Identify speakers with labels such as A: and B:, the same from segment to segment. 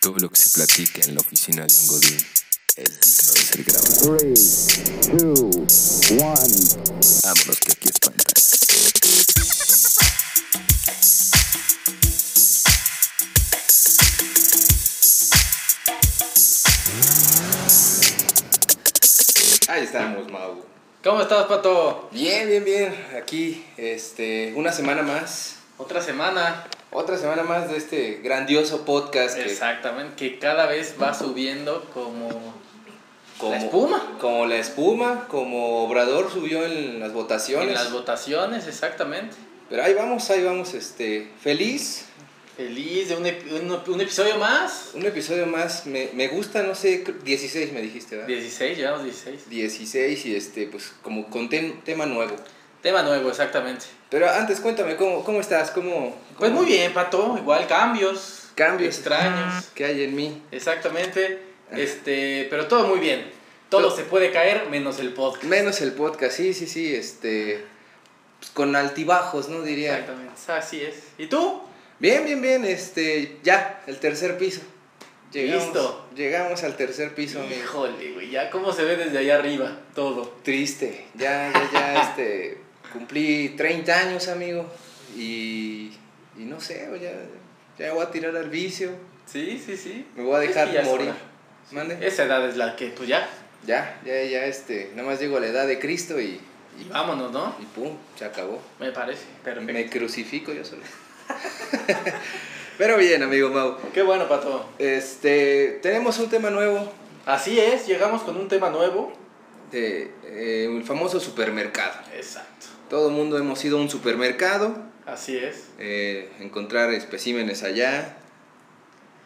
A: Todo lo que se platica en la oficina de un godín es digno de ser grabado.
B: 3, 2, 1.
A: Vámonos que aquí espanta.
C: Ahí estamos, Mau.
D: ¿Cómo estás, Pato?
C: Bien, bien, bien. Aquí, este, una semana más.
D: Otra semana.
C: Otra semana más de este grandioso podcast que
D: Exactamente, que cada vez va subiendo como...
C: como
D: La espuma.
C: Como la espuma, como Obrador subió en las votaciones.
D: En las votaciones, exactamente.
C: Pero ahí vamos, ahí vamos, este, feliz.
D: Feliz de un, ep- un- un episodio más.
C: Un episodio más, me, me gusta, no sé, cr- 16 me dijiste, ¿verdad?
D: 16, llevamos 16.
C: 16 y este, pues como con tem- tema nuevo.
D: Tema nuevo, exactamente.
C: Pero antes cuéntame, ¿cómo, cómo estás? ¿Cómo,
D: Pues
C: cómo-
D: muy bien, Pato. Igual cambios.
C: Cambios. Ah,
D: Extraños.
C: ¿Qué hay en mí?
D: Exactamente. Este, pero todo muy bien. Todo
C: Todo-
D: se puede caer menos el podcast.
C: Menos el podcast, sí, sí, sí, este, pues, con altibajos, ¿no? Diría.
D: Exactamente, así es. ¿Y tú?
C: Bien, bien, bien, este, ya, el tercer piso. Llegamos,
D: Listo.
C: Llegamos al tercer piso, amigo.
D: Híjole, güey, ya cómo se ve desde allá arriba todo.
C: Triste, ya, ya, ya, este, cumplí 30 años, amigo, y, y no sé, ya, ya voy a tirar al vicio,
D: Sí, sí, sí.
C: me voy a
D: Es que
C: dejar
D: ya es
C: morir.
D: hora.
C: ¿Mande?
D: Esa edad es la que, pues ya,
C: Ya, ya, ya, este, nada más llego a la edad de Cristo y,
D: y
C: y,
D: vámonos, ¿no?
C: y pum, se acabó.
D: Me parece, perfecto.
C: Me crucifico yo solo. Pero bien, amigo Mau.
D: Qué bueno, Pato.
C: Este, tenemos un tema nuevo
D: Así es, llegamos con un tema nuevo.
C: de eh, el famoso supermercado.
D: Exacto.
C: Todo el mundo hemos ido a un supermercado,
D: Así es.
C: eh, encontrar especímenes allá.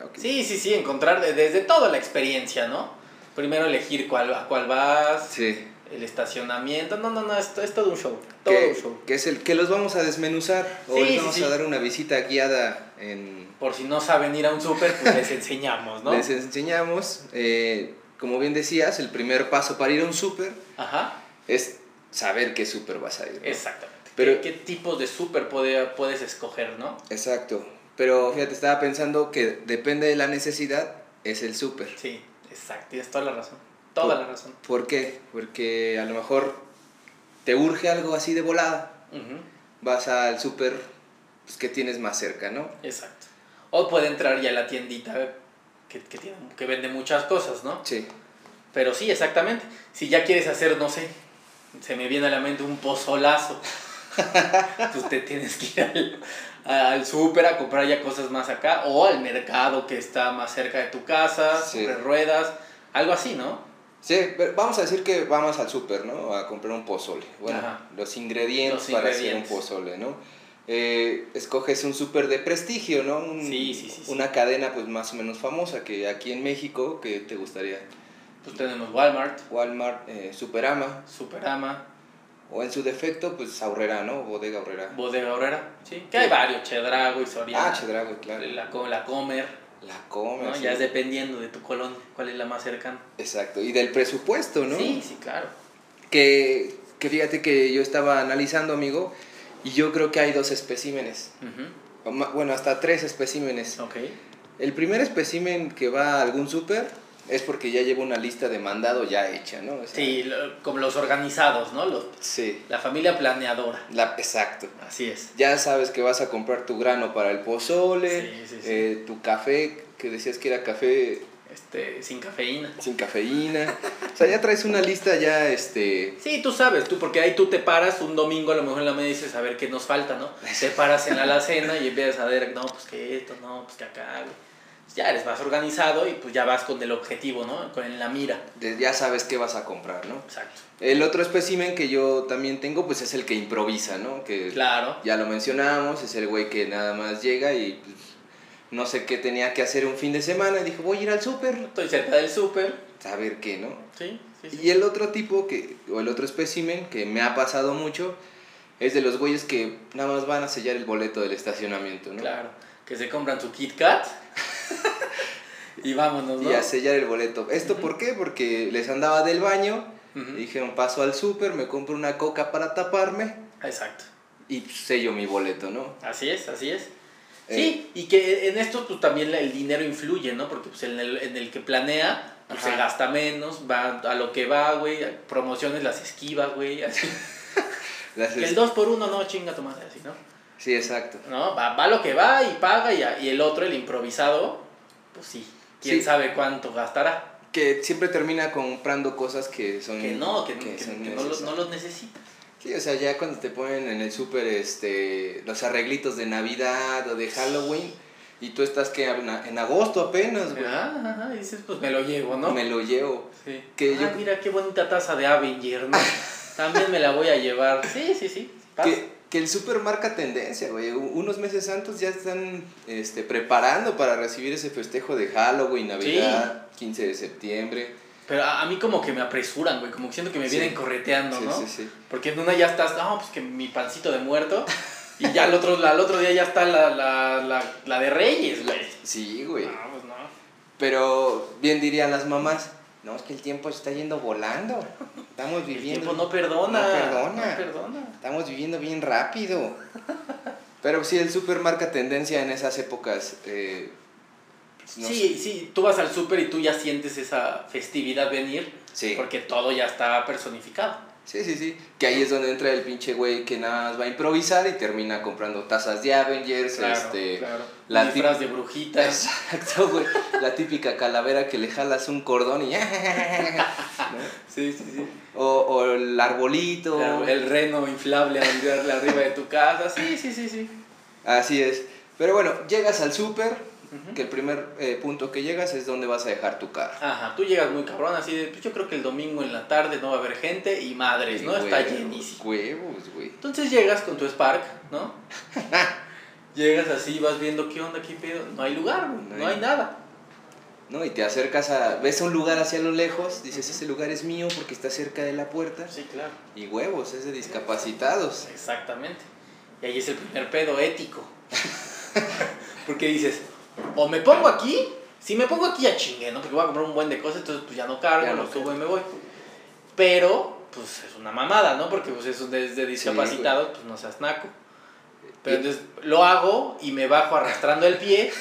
C: Ok.
D: Sí, sí, sí, encontrar de- desde toda la experiencia, ¿no? Primero elegir cuál, a cuál vas,
C: Sí.
D: el estacionamiento. No, no, no, esto es todo un show. Todo un
C: Que,
D: show.
C: que es el que los vamos a desmenuzar o
D: Sí,
C: les
D: sí,
C: vamos
D: sí.
C: a dar una visita guiada en
D: Por si no saben ir a un súper, pues les enseñamos, ¿no?
C: les enseñamos eh, como bien decías el primer paso para ir a un súper
D: Ajá,
C: es saber qué súper vas a ir ¿no?
D: exactamente.
C: Pero-
D: Pero, ¿Qué, qué tipos de súper puede- puedes escoger, no?
C: Exacto. Pero fíjate, estaba pensando que depende de la necesidad, es el súper.
D: Sí, exacto, tienes toda la razón. Toda la razón.
C: ¿Por qué? Porque a lo mejor te urge algo así de volada,
D: Ujú.
C: vas al súper pues, que tienes más cerca, ¿no?
D: Exacto. O puede entrar ya a la tiendita que, que, tiene, que vende muchas cosas, ¿no?
C: Sí.
D: Pero sí, exactamente. Si ya quieres hacer, no sé, se me viene a la mente un pozolazo. pues te tienes que ir al, al súper a comprar ya cosas más acá. O al mercado que está más cerca de tu casa,
C: Sí.
D: sobre ruedas, algo así, ¿no?
C: Sí, pero vamos a decir que vamos al súper, ¿no? A comprar un pozole. Bueno,
D: Ajá.
C: los ingredientes
D: Los
C: para
D: ingredientes.
C: hacer un pozole, ¿no? Eh, escoges un súper de prestigio, ¿no? Un-
D: Sí, sí, sí, sí.
C: Una cadena pues más o menos famosa que aquí en México, que te gustaría
D: Pues tenemos Walmart,
C: Walmart, eh, Superama,
D: Superama,
C: o en su defecto, pues Aurrera, ¿no? Bodega Aurrera.
D: Bodega Obrera, ¿sí? Que hay varios, Chedrago y Soriana.
C: Ah, Chedrago, claro. La,
D: la, co- la Comer,
C: come.
D: ¿no?
C: sí.
D: Ya es dependiendo de tu colonia, cuál es la más cercana.
C: Exacto, y del presupuesto, ¿no?
D: Sí, sí, claro.
C: Que, que fíjate que yo estaba analizando, amigo, y yo creo que hay dos especímenes.
D: Ujú,
C: O ma- Bueno, hasta tres especímenes.
D: Ok.
C: El primer especímen que va a algún súper es porque ya lleva una lista de mandado ya hecha, ¿no? O sea,
D: Sí, lo- como los organizados, ¿no? Los-
C: Sí,
D: la familia planeadora.
C: la, exacto.
D: Así es.
C: Ya sabes que vas a comprar tu grano para el pozole,
D: Sí, sí, sí.
C: eh, tu café, que decías que era café
D: Este, sin cafeína.
C: sin cafeína. O sea, ya traes una lista ya, este...
D: Sí, tú sabes, tú, porque ahí tú te paras un domingo a lo mejor en la media y dices, a ver qué nos falta, ¿no? Te paras en la alacena y empiezas a ver, no, pues que esto, no, pues que acá, güey. Pues Ya eres más organizado y pues ya vas con el objetivo, ¿no? Con la mira.
C: de- ya sabes qué vas a comprar, ¿no?
D: Exacto.
C: El otro espécimen que yo también tengo, pues es el que improvisa, ¿no? Que
D: Claro.
C: ya lo mencionábamos, es el güey que nada más llega y pues, no sé qué tenía que hacer un fin de semana y dijo, voy a ir al súper,
D: Estoy cerca del súper.
C: a ver qué, ¿no?
D: Sí, sí, sí.
C: Y el otro tipo, que, o el otro espécimen que me ha pasado mucho, es de los güeyes que nada más van a sellar el boleto del estacionamiento, ¿no?
D: Claro. Que se compran su Kit Kat. y vámonos, ¿no?
C: Y a sellar el boleto. ¿Esto por qué? Porque les andaba del baño,
D: Ujú.
C: dijeron, paso al súper, me compro una coca para taparme
D: Exacto.
C: y sello mi boleto, ¿no?
D: Así es, así es.
C: Eh.
D: Sí, y que en esto pues también el dinero influye, ¿no? Porque pues en el, en el que planea pues,
C: Ajá.
D: se gasta menos, va a lo que va, güey, promociones las esquiva, güey, así.
C: Las
D: Que
C: es-
D: el 2 por 1 no, chinga tu madre, así, ¿no?
C: Sí, exacto.
D: No, va, va lo que va y paga y, a- y el otro, el improvisado, pues sí, quién
C: Sí.
D: sabe cuánto gastará.
C: Que siempre termina comprando cosas Mm, que son.
D: Que no, que, que-
C: son
D: que no, los,
C: necesarias.
D: no los necesita.
C: Sí, o sea, ya cuando te ponen en el súper este, los arreglitos de Navidad o de Halloween y tú estás que en en agosto apenas, güey.
D: Ajá, ajá, y dices, pues me lo llevo, ¿no?
C: Me lo llevo.
D: Sí.
C: Que
D: Ah,
C: yo-
D: mira, qué bonita taza de Avenger, ¿no? También me la voy a llevar. Sí, sí, sí. pasa.
C: Que, que el súper marca tendencia, güey. U- Unos meses antes ya están este, preparando para recibir ese festejo de Halloween, Navidad, 15 de septiembre.
D: Pero a, a mí como que me apresuran, güey, como que siento que me
C: Sí.
D: vienen correteando,
C: Sí,
D: ¿no?
C: sí, sí.
D: Porque en una ya estás, no, pues que mi pancito de muerto. Y ya al otro, al otro día ya está la, la, la, la de Reyes, güey.
C: Sí, güey.
D: No, pues no.
C: Pero bien dirían las mamás, no, es que el tiempo se está yendo volando. Estamos
D: El
C: viviendo...
D: tiempo no perdona.
C: No perdona.
D: No perdona.
C: Estamos viviendo bien rápido. Pero sí, el súper marca tendencia en esas épocas. eh, no
D: sí, sí, tú vas al súper y tú ya sientes esa festividad venir.
C: Sí.
D: Porque todo ya está personificado.
C: sé. Sí, sí, sí. Que ahí es donde entra el pinche güey que nada más va a improvisar y termina comprando tazas de Avengers, este... la
D: Las de brujitas.
C: Exacto, güey. La típica calavera que le jalas un cordón y...
D: Sí, sí, sí.
C: o, o el arbolito.
D: Claro, el reno inflable a ondearle arriba de tu casa. Sí, sí, sí, sí.
C: Así es. Pero bueno, llegas al súper,
D: Ujú. Ah,
C: que el primer eh, punto que llegas es donde vas a dejar tu carro.
D: Ajá, tú llegas muy cabrón, así de, pues yo creo que el domingo en la tarde no va a haber gente y madres, ¿no? Está
C: Huevos,
D: llenísimo.
C: Huevos, güey.
D: Entonces llegas con tu Spark, ¿no? llegas así, vas viendo qué onda, qué pedo. No hay lugar, güey,
C: No
D: no,
C: hay-
D: hay nada.
C: ¿no? Y te acercas a, ves un lugar hacia lo lejos, dices, ese lugar es mío porque está cerca de la puerta.
D: Sí, claro.
C: Y huevos, es de discapacitados.
D: Exactamente. Y ahí es el primer pedo ético. Porque dices, o me pongo aquí, si me pongo aquí ya chingue, ¿no? Porque voy a comprar un buen de cosas, entonces pues ya no cargo,
C: Ya no
D: lo subo y me voy. Pero, pues es una mamada, ¿no? Porque pues eso desde discapacitado, pues no seas naco. Pero
C: Y-
D: entonces lo hago y me bajo arrastrando el pie.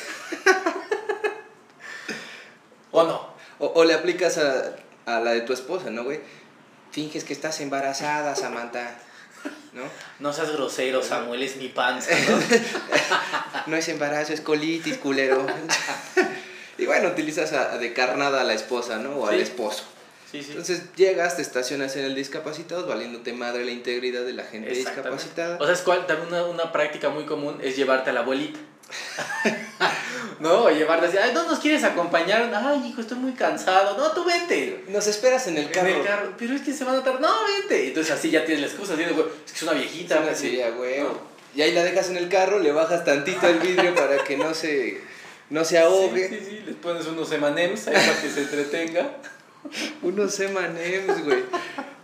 D: ¿O no?
C: O, o le aplicas a, a la de tu esposa, ¿no, güey? Finges que estás embarazada, Samantha. ¿No?
D: No seas grosero, Samuel, es mi panza, ¿no?
C: no es embarazo, es colitis, culero. y bueno, utilizas a, a de carnada a la esposa, ¿no? O al
D: Sí.
C: esposo.
D: Sí, sí.
C: Entonces llegas, te estacionas en el discapacitado, valiéndote madre la integridad de la gente
D: Exactamente.
C: discapacitada.
D: O sea, es cual, también una, una práctica muy común es llevarte a la abuelita. no, o llevarte así, ay, no nos quieres acompañar, ay, hijo, estoy muy cansado, no, tú vente.
C: Nos esperas en el
D: En
C: carro.
D: el carro, pero es que se van a tardar, no, vente. Entonces así ya tienes la excusa, así de, "Güey, es que es una viejita.
C: Sí,
D: así".
C: sí, a huevo.
D: No.
C: Y ahí la dejas en el carro, le bajas tantito el vidrio para que no se, no se ahogue.
D: Sí, sí, sí, les pones unos emanems ahí para que se entretenga.
C: Unos M&M's, güey.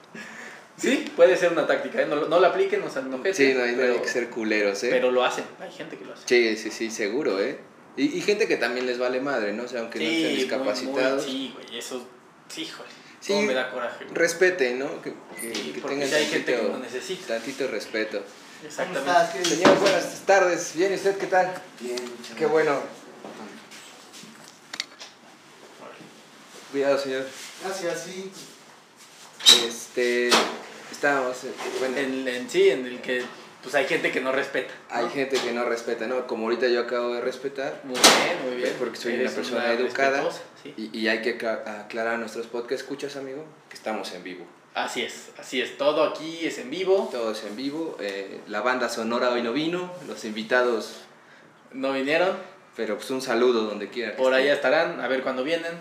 D: Sí, puede ser una táctica, ¿eh? no, lo- no la apliquen, no sean enojecen,
C: Sí, no hay, no hay
D: pero,
C: que ser culeros, ¿eh?
D: pero lo hacen, hay gente que lo hace.
C: Sí, sí, sí, seguro, ¿eh? Y, y gente que también les vale madre, ¿no? O sea, aunque no
D: Sí,
C: estén
D: muy,
C: discapacitados.
D: muy- sí, güey, eso, sí, híjole,
C: Sí.
D: cómo me da coraje. güey.
C: Respeten, ¿no? Que, que-
D: Sí,
C: que
D: porque
C: tengan
D: si hay gente que
C: tantito-
D: lo necesita.
C: tantito respeto.
D: Exactamente.
C: Señor, buenas tardes. Bien, ¿y usted qué tal?
E: Bien, muchas
C: Qué bueno. Cuidado, señor.
E: Gracias, sí.
C: Este, estábamos, eh, bueno,
D: En, en sí, en el que pues hay gente que no respeta. ¿no?
C: hay gente que no respeta, ¿no? Como ahorita yo acabo de respetar,
D: Muy bien, muy bien.
C: porque soy una
D: Eres
C: persona educada
D: respetuosa, sí.
C: y, y hay que acla- aclarar a nuestros podcast escuchas, amigo, que estamos en vivo.
D: Así es, así es. Todo aquí es en vivo.
C: Todos en vivo, eh, la banda sonora hoy no vino, los invitados,
D: No vinieron.
C: pero pues un saludo donde quiera. que
D: Por allá
C: estén.
D: estarán, a ver cuándo vienen.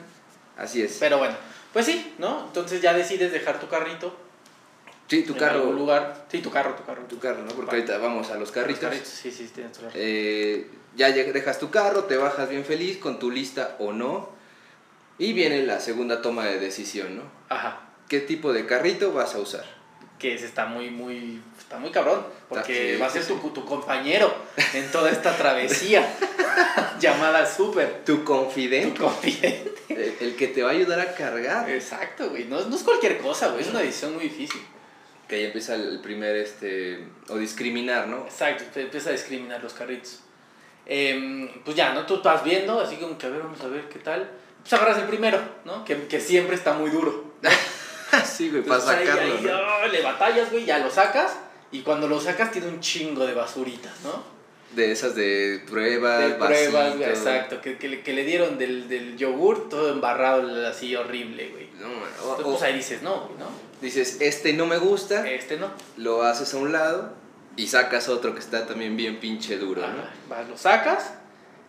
C: Así es.
D: Pero bueno, pues sí, ¿no? Entonces ya decides dejar tu carrito.
C: Sí, tu
D: en
C: carro,
D: algún lugar. Sí, tu carro, tu carro.
C: tu carro, ¿no? Porque ahorita vamos a los
D: Los
C: carritos.
D: carritos, Sí, sí, tienes tu carro.
C: Eh, ya lleg- dejas tu carro, te bajas bien feliz con tu lista o no. Y viene la segunda toma de decisión, ¿no?
D: Ajá.
C: ¿Qué tipo de carrito vas a usar?
D: que ese está muy, muy, está muy cabrón, porque
C: sí,
D: va a
C: sí,
D: ser tu, tu compañero en toda esta travesía llamada Super.
C: Tu
D: Tu Eh.
C: confidente,
D: confidente.
C: el, el que te va a ayudar a cargar.
D: Exacto, güey. No, es- no es cualquier cosa, güey. Es una decisión muy difícil.
C: Que ahí empieza el primer, este, o discriminar, ¿no?
D: Exacto. te Empieza a discriminar los carritos. Em, pues ya, ¿no? Tú estás viendo, así como que a ver, vamos a ver qué tal. Pues agarras el primero, ¿no? Que, que siempre está muy duro.
C: sí, güey, para
D: Entonces, ahí-
C: sacarlo.
D: ahí,
C: ¿no?
D: ah, le batallas, güey, ya lo sacas. Y cuando lo sacas tiene un chingo de basuritas, ¿no?
C: De esas de pruebas,
D: de pruebas,
C: vasito.
D: güey, exacto. Que, que, le- que le dieron del, del yogur todo embarrado así horrible, güey.
C: No, man, o-
D: Entonces,
C: o
D: pues ahí dices, no, güey, ¿no?
C: dices, este no me gusta,
D: Este no.
C: lo haces a un lado y sacas otro que está también bien pinche duro, ¿no?
D: Ajá, vas, Ah, lo sacas.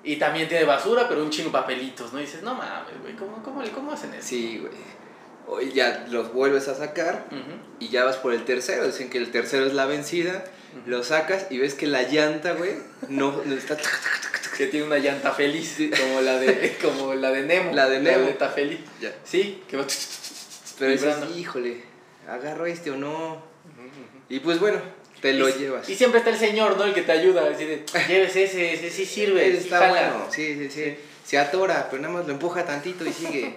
D: Y también tiene basura, pero un chingo de papelitos, ¿no? Y dices, no mames, güey, ¿cómo, cómo, cómo hacen eso?
C: Sí, güey. O- y ya los vuelves a sacar
D: Ujú.
C: y ya vas por el tercero. Dicen que el tercero es la vencida. Lo sacas y ves que la llanta, güey, no, no está.
D: Que tiene una llanta feliz, como la de, como la de Nemo.
C: La de Nemo.
D: La llanta feliz.
C: Ya.
D: Sí, que va...
C: Pero dices,
D: Vibrando.
C: híjole, agarro este o no. Y pues bueno, te lo
D: y,
C: llevas.
D: Y siempre está el señor, ¿no? El que te ayuda. Así de, llévese ese, ese sí sirve. sí
C: Está
D: jala".
C: bueno, sí, sí, sí. Se atora, pero nada más lo empuja tantito y sigue.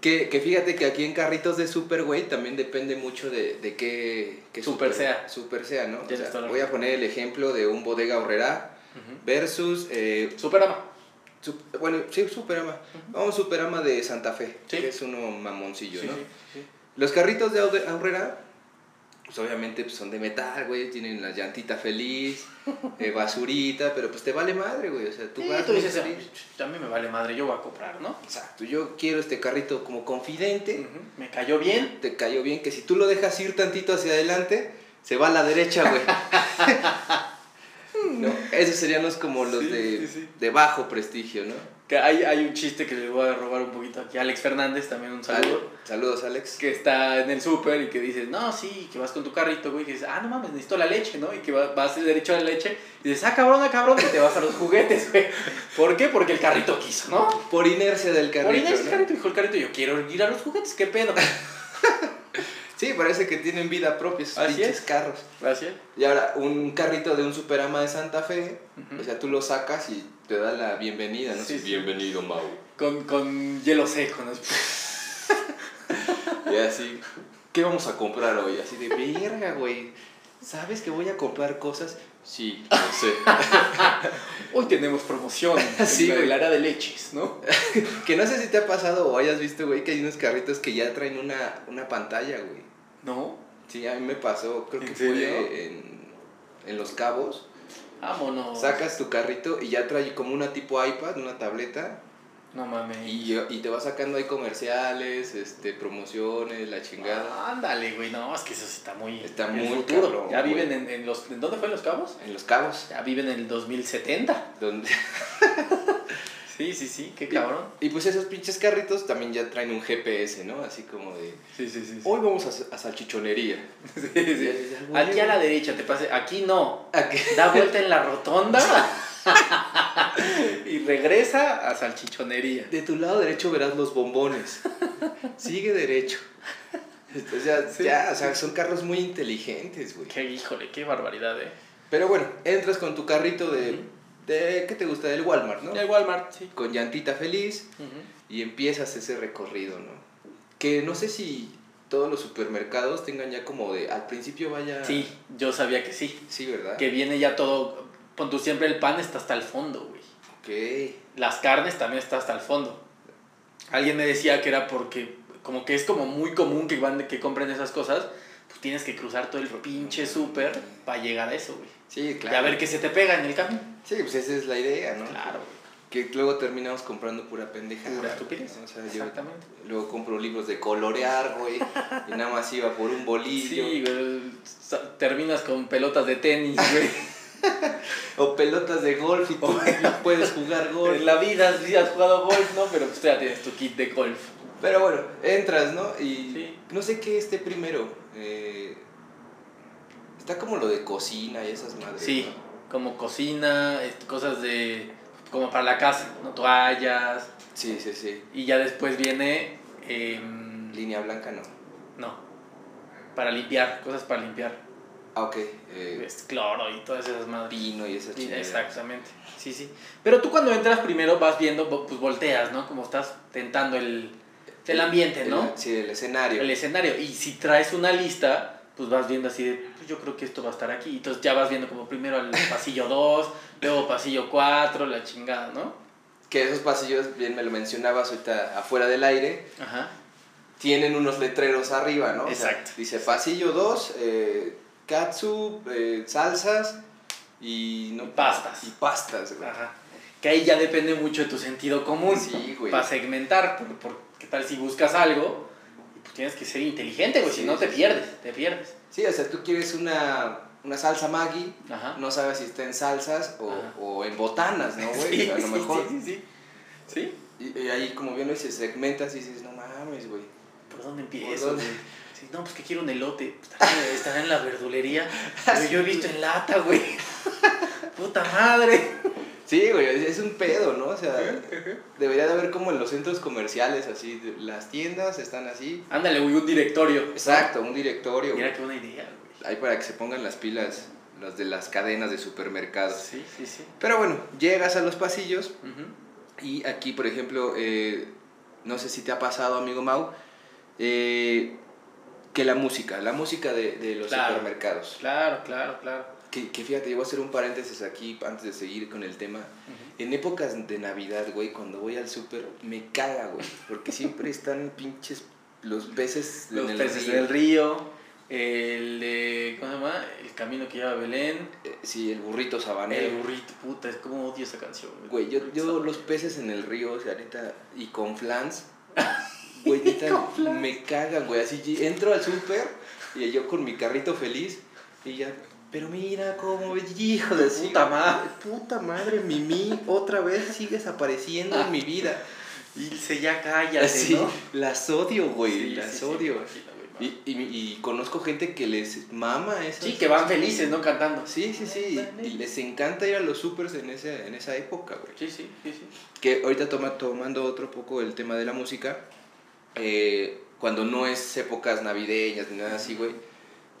C: que, que fíjate que aquí en carritos de super, güey, también depende mucho de, de qué, qué
D: Super sea.
C: Super sea, ¿no? O
D: Tienes
C: sea,
D: toda la
C: voy a poner el ejemplo de un bodega horrera versus. eh,
D: Superama.
C: su- bueno, sí, Superama. Vamos, Superama de Santa Fe,
D: Sí.
C: que es uno mamoncillo,
D: Sí,
C: ¿no?
D: sí, sí.
C: Los carritos de Aure- Aurrera, pues obviamente pues, son de metal, güey, tienen la llantita feliz, eh, basurita, pero pues te vale madre, güey, o sea, tú
D: Sí,
C: vas
D: tú
C: muy
D: dices,
C: feliz.
D: "Ah, a mí me vale madre, yo voy a comprar, ¿no?
C: Exacto, yo quiero este carrito como confidente,
D: Ujú. Me cayó bien.
C: te cayó bien, que si tú lo dejas ir tantito hacia adelante, se va a la derecha, güey. ¿No? Esos serían los como los
D: Sí,
C: de,
D: sí, sí.
C: de bajo prestigio, ¿no?
D: Que hay, hay un chiste que le voy a robar un poquito aquí. Alex Fernández, también un saludo.
C: Ale- Saludos, Alex.
D: que está en el súper y que dices, no, sí, que vas con tu carrito, güey, que dices, ah, no mames, necesito la leche, ¿no? Y que va- vas el derecho a la leche y dices, ah, cabrón, ah, cabrón, que te vas a los juguetes, güey. ¿Por qué? Porque el carrito quiso, ¿no?
C: Por inercia del carrito.
D: Por ahí dice el
C: ¿no?
D: carrito, dijo el carrito, yo quiero ir a los juguetes, qué pedo.
C: Sí, parece que tienen vida propia esos
D: Así
C: pinches
D: es.
C: carros.
D: Gracias.
C: Y ahora, un carrito de un superama de Santa Fe,
D: Ujú.
C: o sea, tú lo sacas y te da la bienvenida, ¿no?
D: Sí, sí.
C: Bienvenido, Mau.
D: Con, con hielo seco, ¿no?
C: Y así, ¿qué vamos a comprar hoy? Así de, verga, güey. ¿Sabes que voy a comprar cosas? Sí, lo sé.
D: Hoy tenemos promoción
C: Sí,
D: sí,
C: güey.
D: el área de leches, ¿no?
C: que no sé si te ha pasado o hayas visto, güey, que hay unos carritos que ya traen una, una pantalla, güey.
D: No,
C: Sí, a mí me pasó, creo
D: ¿En
C: que
D: serio?
C: fue en, en Los Cabos.
D: vámonos.
C: Sacas tu carrito y ya trae como una tipo iPad, una tableta,
D: No mames.
C: Y, y te va sacando ahí comerciales, este, promociones, la chingada.
D: Ándale, güey, no, es que eso sí está muy.
C: Está
D: el
C: muy
D: futuro.
C: cabrón,
D: Ya
C: güey.
D: viven en, en los. ¿En dónde fue en los cabos?
C: En los cabos.
D: Ya viven en el 2070.
C: Donde...
D: Sí, sí, sí, qué
C: Y pues esos pinches carritos también ya traen un GPS, ¿no? Así como de.
D: Sí, sí, sí. sí.
C: Hoy vamos a, a salchichonería.
D: Sí, sí. Aquí a la derecha te pase, aquí no.
C: ¿A qué?
D: Da vuelta en la rotonda y regresa a salchichonería.
C: De tu lado derecho verás los bombones. Sigue derecho. Este, O sea,
D: Sí.
C: ya, o sea, son carros muy inteligentes, güey.
D: Qué híjole, qué barbaridad, eh.
C: Pero bueno, entras con tu carrito de. de ¿Qué te gusta? Del Walmart, ¿no?
D: El Walmart, sí.
C: Con llantita feliz. y empiezas ese recorrido, ¿no? Que no sé si todos los supermercados tengan ya como de al principio vaya.
D: Sí, yo sabía que sí.
C: Sí, ¿verdad?
D: Que viene ya todo. Pon tú siempre el pan está hasta el fondo, güey.
C: Ok.
D: Las carnes también está hasta el fondo. Alguien me decía que era porque, como que es como muy común que, van, que compren esas cosas, pues tienes que cruzar todo el pinche súper para llegar a eso, güey.
C: Sí,
D: Y a
C: claro.
D: ver qué se te pega en el camino.
C: Sí, pues esa es la idea, ¿no?
D: Claro,
C: Que luego terminamos comprando pura pendeja.
D: Pura estupidez.
C: O sea, yo
D: Exactamente.
C: luego compro libros de colorear, güey. y nada más iba por un bolillo.
D: Sí, güey. sa- Terminas con pelotas de tenis, güey.
C: O pelotas de golf y tú no puedes jugar golf.
D: en la vida sí has jugado golf, ¿no? Pero pues ya tienes tu kit de golf.
C: Pero bueno, entras, ¿no? Y
D: Sí.
C: no sé qué esté primero. eh, está como lo de cocina y esas madres.
D: Sí,
C: ¿no?
D: como cocina, este, cosas de. como para la casa, ¿no? Toallas.
C: Sí, sí, sí.
D: Y ya después viene. em,
C: Línea blanca no.
D: no. Para limpiar, cosas para limpiar.
C: Ah, ok. eh,
D: Es cloro y todas esas madres.
C: vino y esas
D: Sí,
C: chingaderas.
D: Exactamente, sí, sí. Pero tú cuando entras primero vas viendo, vo- pues volteas, ¿no? Como estás tentando el, el ambiente, ¿no?
C: Sí, el escenario.
D: El escenario. Y si traes una lista, pues vas viendo así de, pues yo creo que esto va a estar aquí. Y Entonces ya vas viendo como primero el pasillo 2, luego pasillo 4, la chingada, ¿no?
C: Que esos pasillos, bien me lo mencionabas ahorita afuera del aire,
D: Ajá.
C: tienen unos letreros arriba, ¿no? O sea,
D: Exacto.
C: dice pasillo 2, eh, katsu, eh, salsas y no
D: Y pastas.
C: Y pastas, güey.
D: Ajá. Que ahí ya depende mucho de tu sentido común.
C: Sí, güey.
D: Para segmentar, por, por- ¿qué tal si buscas algo? Y pues tienes que ser inteligente, güey,
C: Sí,
D: si no te
C: sí, sí.
D: pierdes, te pierdes.
C: Sí, o sea, tú quieres una, una salsa Maggi,
D: Ajá.
C: no sabes si está en salsas o,
D: Ajá.
C: o en botanas, ¿no, güey?
D: sí,
C: a lo
D: sí,
C: mejor.
D: Sí, sí, sí. Sí.
C: Y, y ahí, como bien lo dices, segmentas y dices, no mames, güey.
D: ¿Por dónde empiezo?
C: ¿Por dónde?
D: güey? Sí, no, pues que quiero un elote. Estará, estará en la verdulería.
C: Ah,
D: Pero yo he visto en lata, güey. Puta madre.
C: Sí, güey, es, es un pedo, ¿no? O sea, debería de haber como en los centros comerciales, así, de- las tiendas están así.
D: Ándale, güey, un directorio.
C: Exacto, un directorio.
D: Mira
C: güey.
D: qué buena idea, güey.
C: Ahí para que se pongan las pilas, las de las cadenas de supermercados.
D: Sí, sí, sí.
C: Pero bueno, llegas a los pasillos
D: Ujú.
C: Y aquí, por ejemplo, eh, no sé si te ha pasado, amigo Mau, eh, que la música, la música de, de los
D: Claro.
C: supermercados.
D: Claro, claro, claro.
C: Que, que fíjate, yo voy a hacer un paréntesis aquí antes de seguir con el tema.
D: Ujú.
C: En épocas de Navidad, güey, cuando voy al súper, me caga, güey, porque siempre están pinches los peces en
D: Los
C: el
D: peces
C: río.
D: del río. El de. ¿Cómo se llama? El camino que lleva a Belén.
C: Eh, Sí, el burrito sabanero.
D: El burrito, puta, es como odio esa canción.
C: Güey, yo, yo los peces en el río, o sea, neta, y con flans, güey, neta, me cagan, güey. Así ye- entro al súper y yo con mi carrito feliz y ya, pero mira cómo, hijo de su
D: Puta
C: madre. Puta madre, Mimi, otra vez sigues apareciendo en mi vida.
D: Ilse, ya cállate,
C: Así,
D: ¿no?
C: las odio, güey,
D: Sí,
C: Ah, las
D: sí, sí, me
C: odio.
D: imagino, güey,
C: Y, y- y conozco gente que les mama eso.
D: Sí, que van felices, ¿no? Cantando.
C: Sí, sí, sí. Y les encanta ir a los supers en, ese, en esa época, güey.
D: Sí, sí, sí, sí.
C: que ahorita toma, tomando otro poco el tema de la música, eh, cuando no es épocas navideñas ni nada así, güey,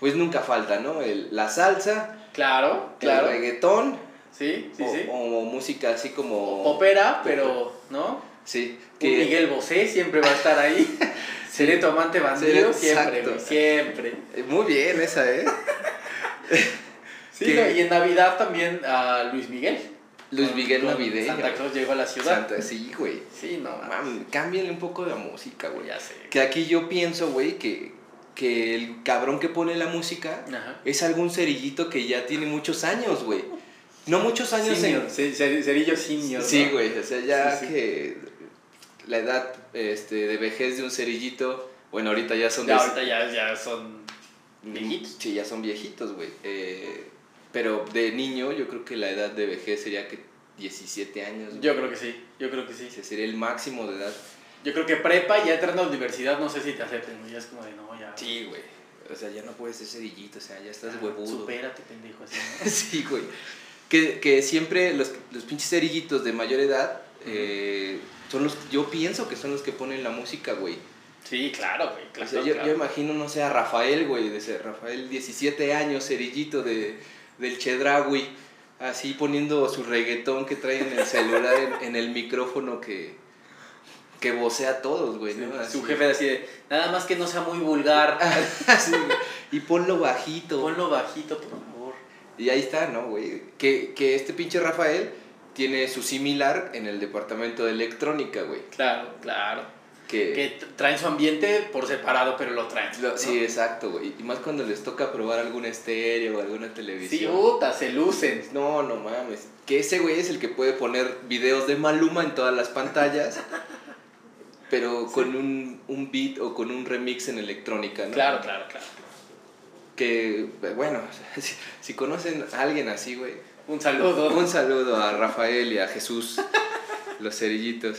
C: pues nunca falta, ¿no? El- la salsa,
D: Claro,
C: el
D: claro.
C: reggaetón,
D: Sí, sí,
C: o,
D: sí.
C: o música así como...
D: Opera, pero, ¿no?
C: Sí,
D: Un Miguel Bosé siempre va a estar ahí. Seré tu amante bandido
C: Seré-
D: siempre, güey,
C: exacto.
D: siempre.
C: Eh, Muy bien esa, ¿eh?
D: Sí,
C: Que-
D: no, y en Navidad también a Luis Miguel.
C: Luis
D: Con-
C: Miguel
D: con
C: navideño.
D: Santa Claus llegó a la ciudad.
C: Santa, sí, güey.
D: Sí, no,
C: No
D: mames.
C: mames, cámbiale un poco la música, güey.
D: Ya sé.
C: Que aquí yo pienso, güey, que, que el cabrón que pone la música
D: Ajá.
C: es algún cerillito que ya tiene muchos años, güey. No muchos años
D: Senior,
C: en...
D: ce- ce- cerillo senior.
C: Sí,
D: ¿no?
C: güey, o sea, ya
D: Sí, sí.
C: que la edad este, de vejez de un cerillito, bueno, ahorita ya son...
D: Ya
C: de-
D: ahorita ya, ya son viejitos.
C: Sí, ya son viejitos, güey. Eh, pero de niño yo creo que la edad de vejez sería que 17 años. güey.
D: Yo creo que sí, yo creo que sí.
C: Ese sería el máximo de edad.
D: Yo creo que prepa y ya entrar a la universidad, no sé si te acepten, güey, ya es como de no, ya.
C: Sí, güey. O sea, ya no puedes ser cerillito, o sea, ya estás
D: Ah,
C: huevudo.
D: Supérate, pendejo, así. ¿no?
C: Sí, güey. Que, que siempre los, los pinches cerillitos de mayor edad eh, son los yo pienso que son los que ponen la música, güey.
D: Sí, claro, güey, claro.
C: o sea, yo,
D: claro.
C: yo imagino, no sé, a Rafael, güey, de ser Rafael, 17 años, cerillito de, del Chedragui, así poniendo su reggaetón que trae en el celular, en, en el micrófono que, que vocea a todos, güey, ¿no?
D: Sí,
C: Así. Ah,
D: Su jefe así de, nada más que no sea muy vulgar,
C: Así, güey. y ponlo bajito.
D: ponlo bajito, por favor.
C: Y ahí está, ¿no, güey? Que, que este pinche Rafael tiene su similar en el departamento de electrónica, güey.
D: Claro, claro.
C: Que,
D: Que t- traen su ambiente por separado, pero lo traen.
C: lo-
D: ¿no?
C: Sí, exacto, güey. Y más cuando les toca probar algún estéreo o alguna
D: Sí,
C: televisión.
D: puta, se lucen.
C: no, no mames. Que ese güey es el que puede poner videos de Maluma en todas las pantallas, pero con un, un beat o con un remix en electrónica, ¿no?
D: Claro, claro, claro.
C: Que, bueno, si, si conocen a alguien así, güey,
D: Un saludo.
C: Un saludo a Rafael y a Jesús, los cerillitos.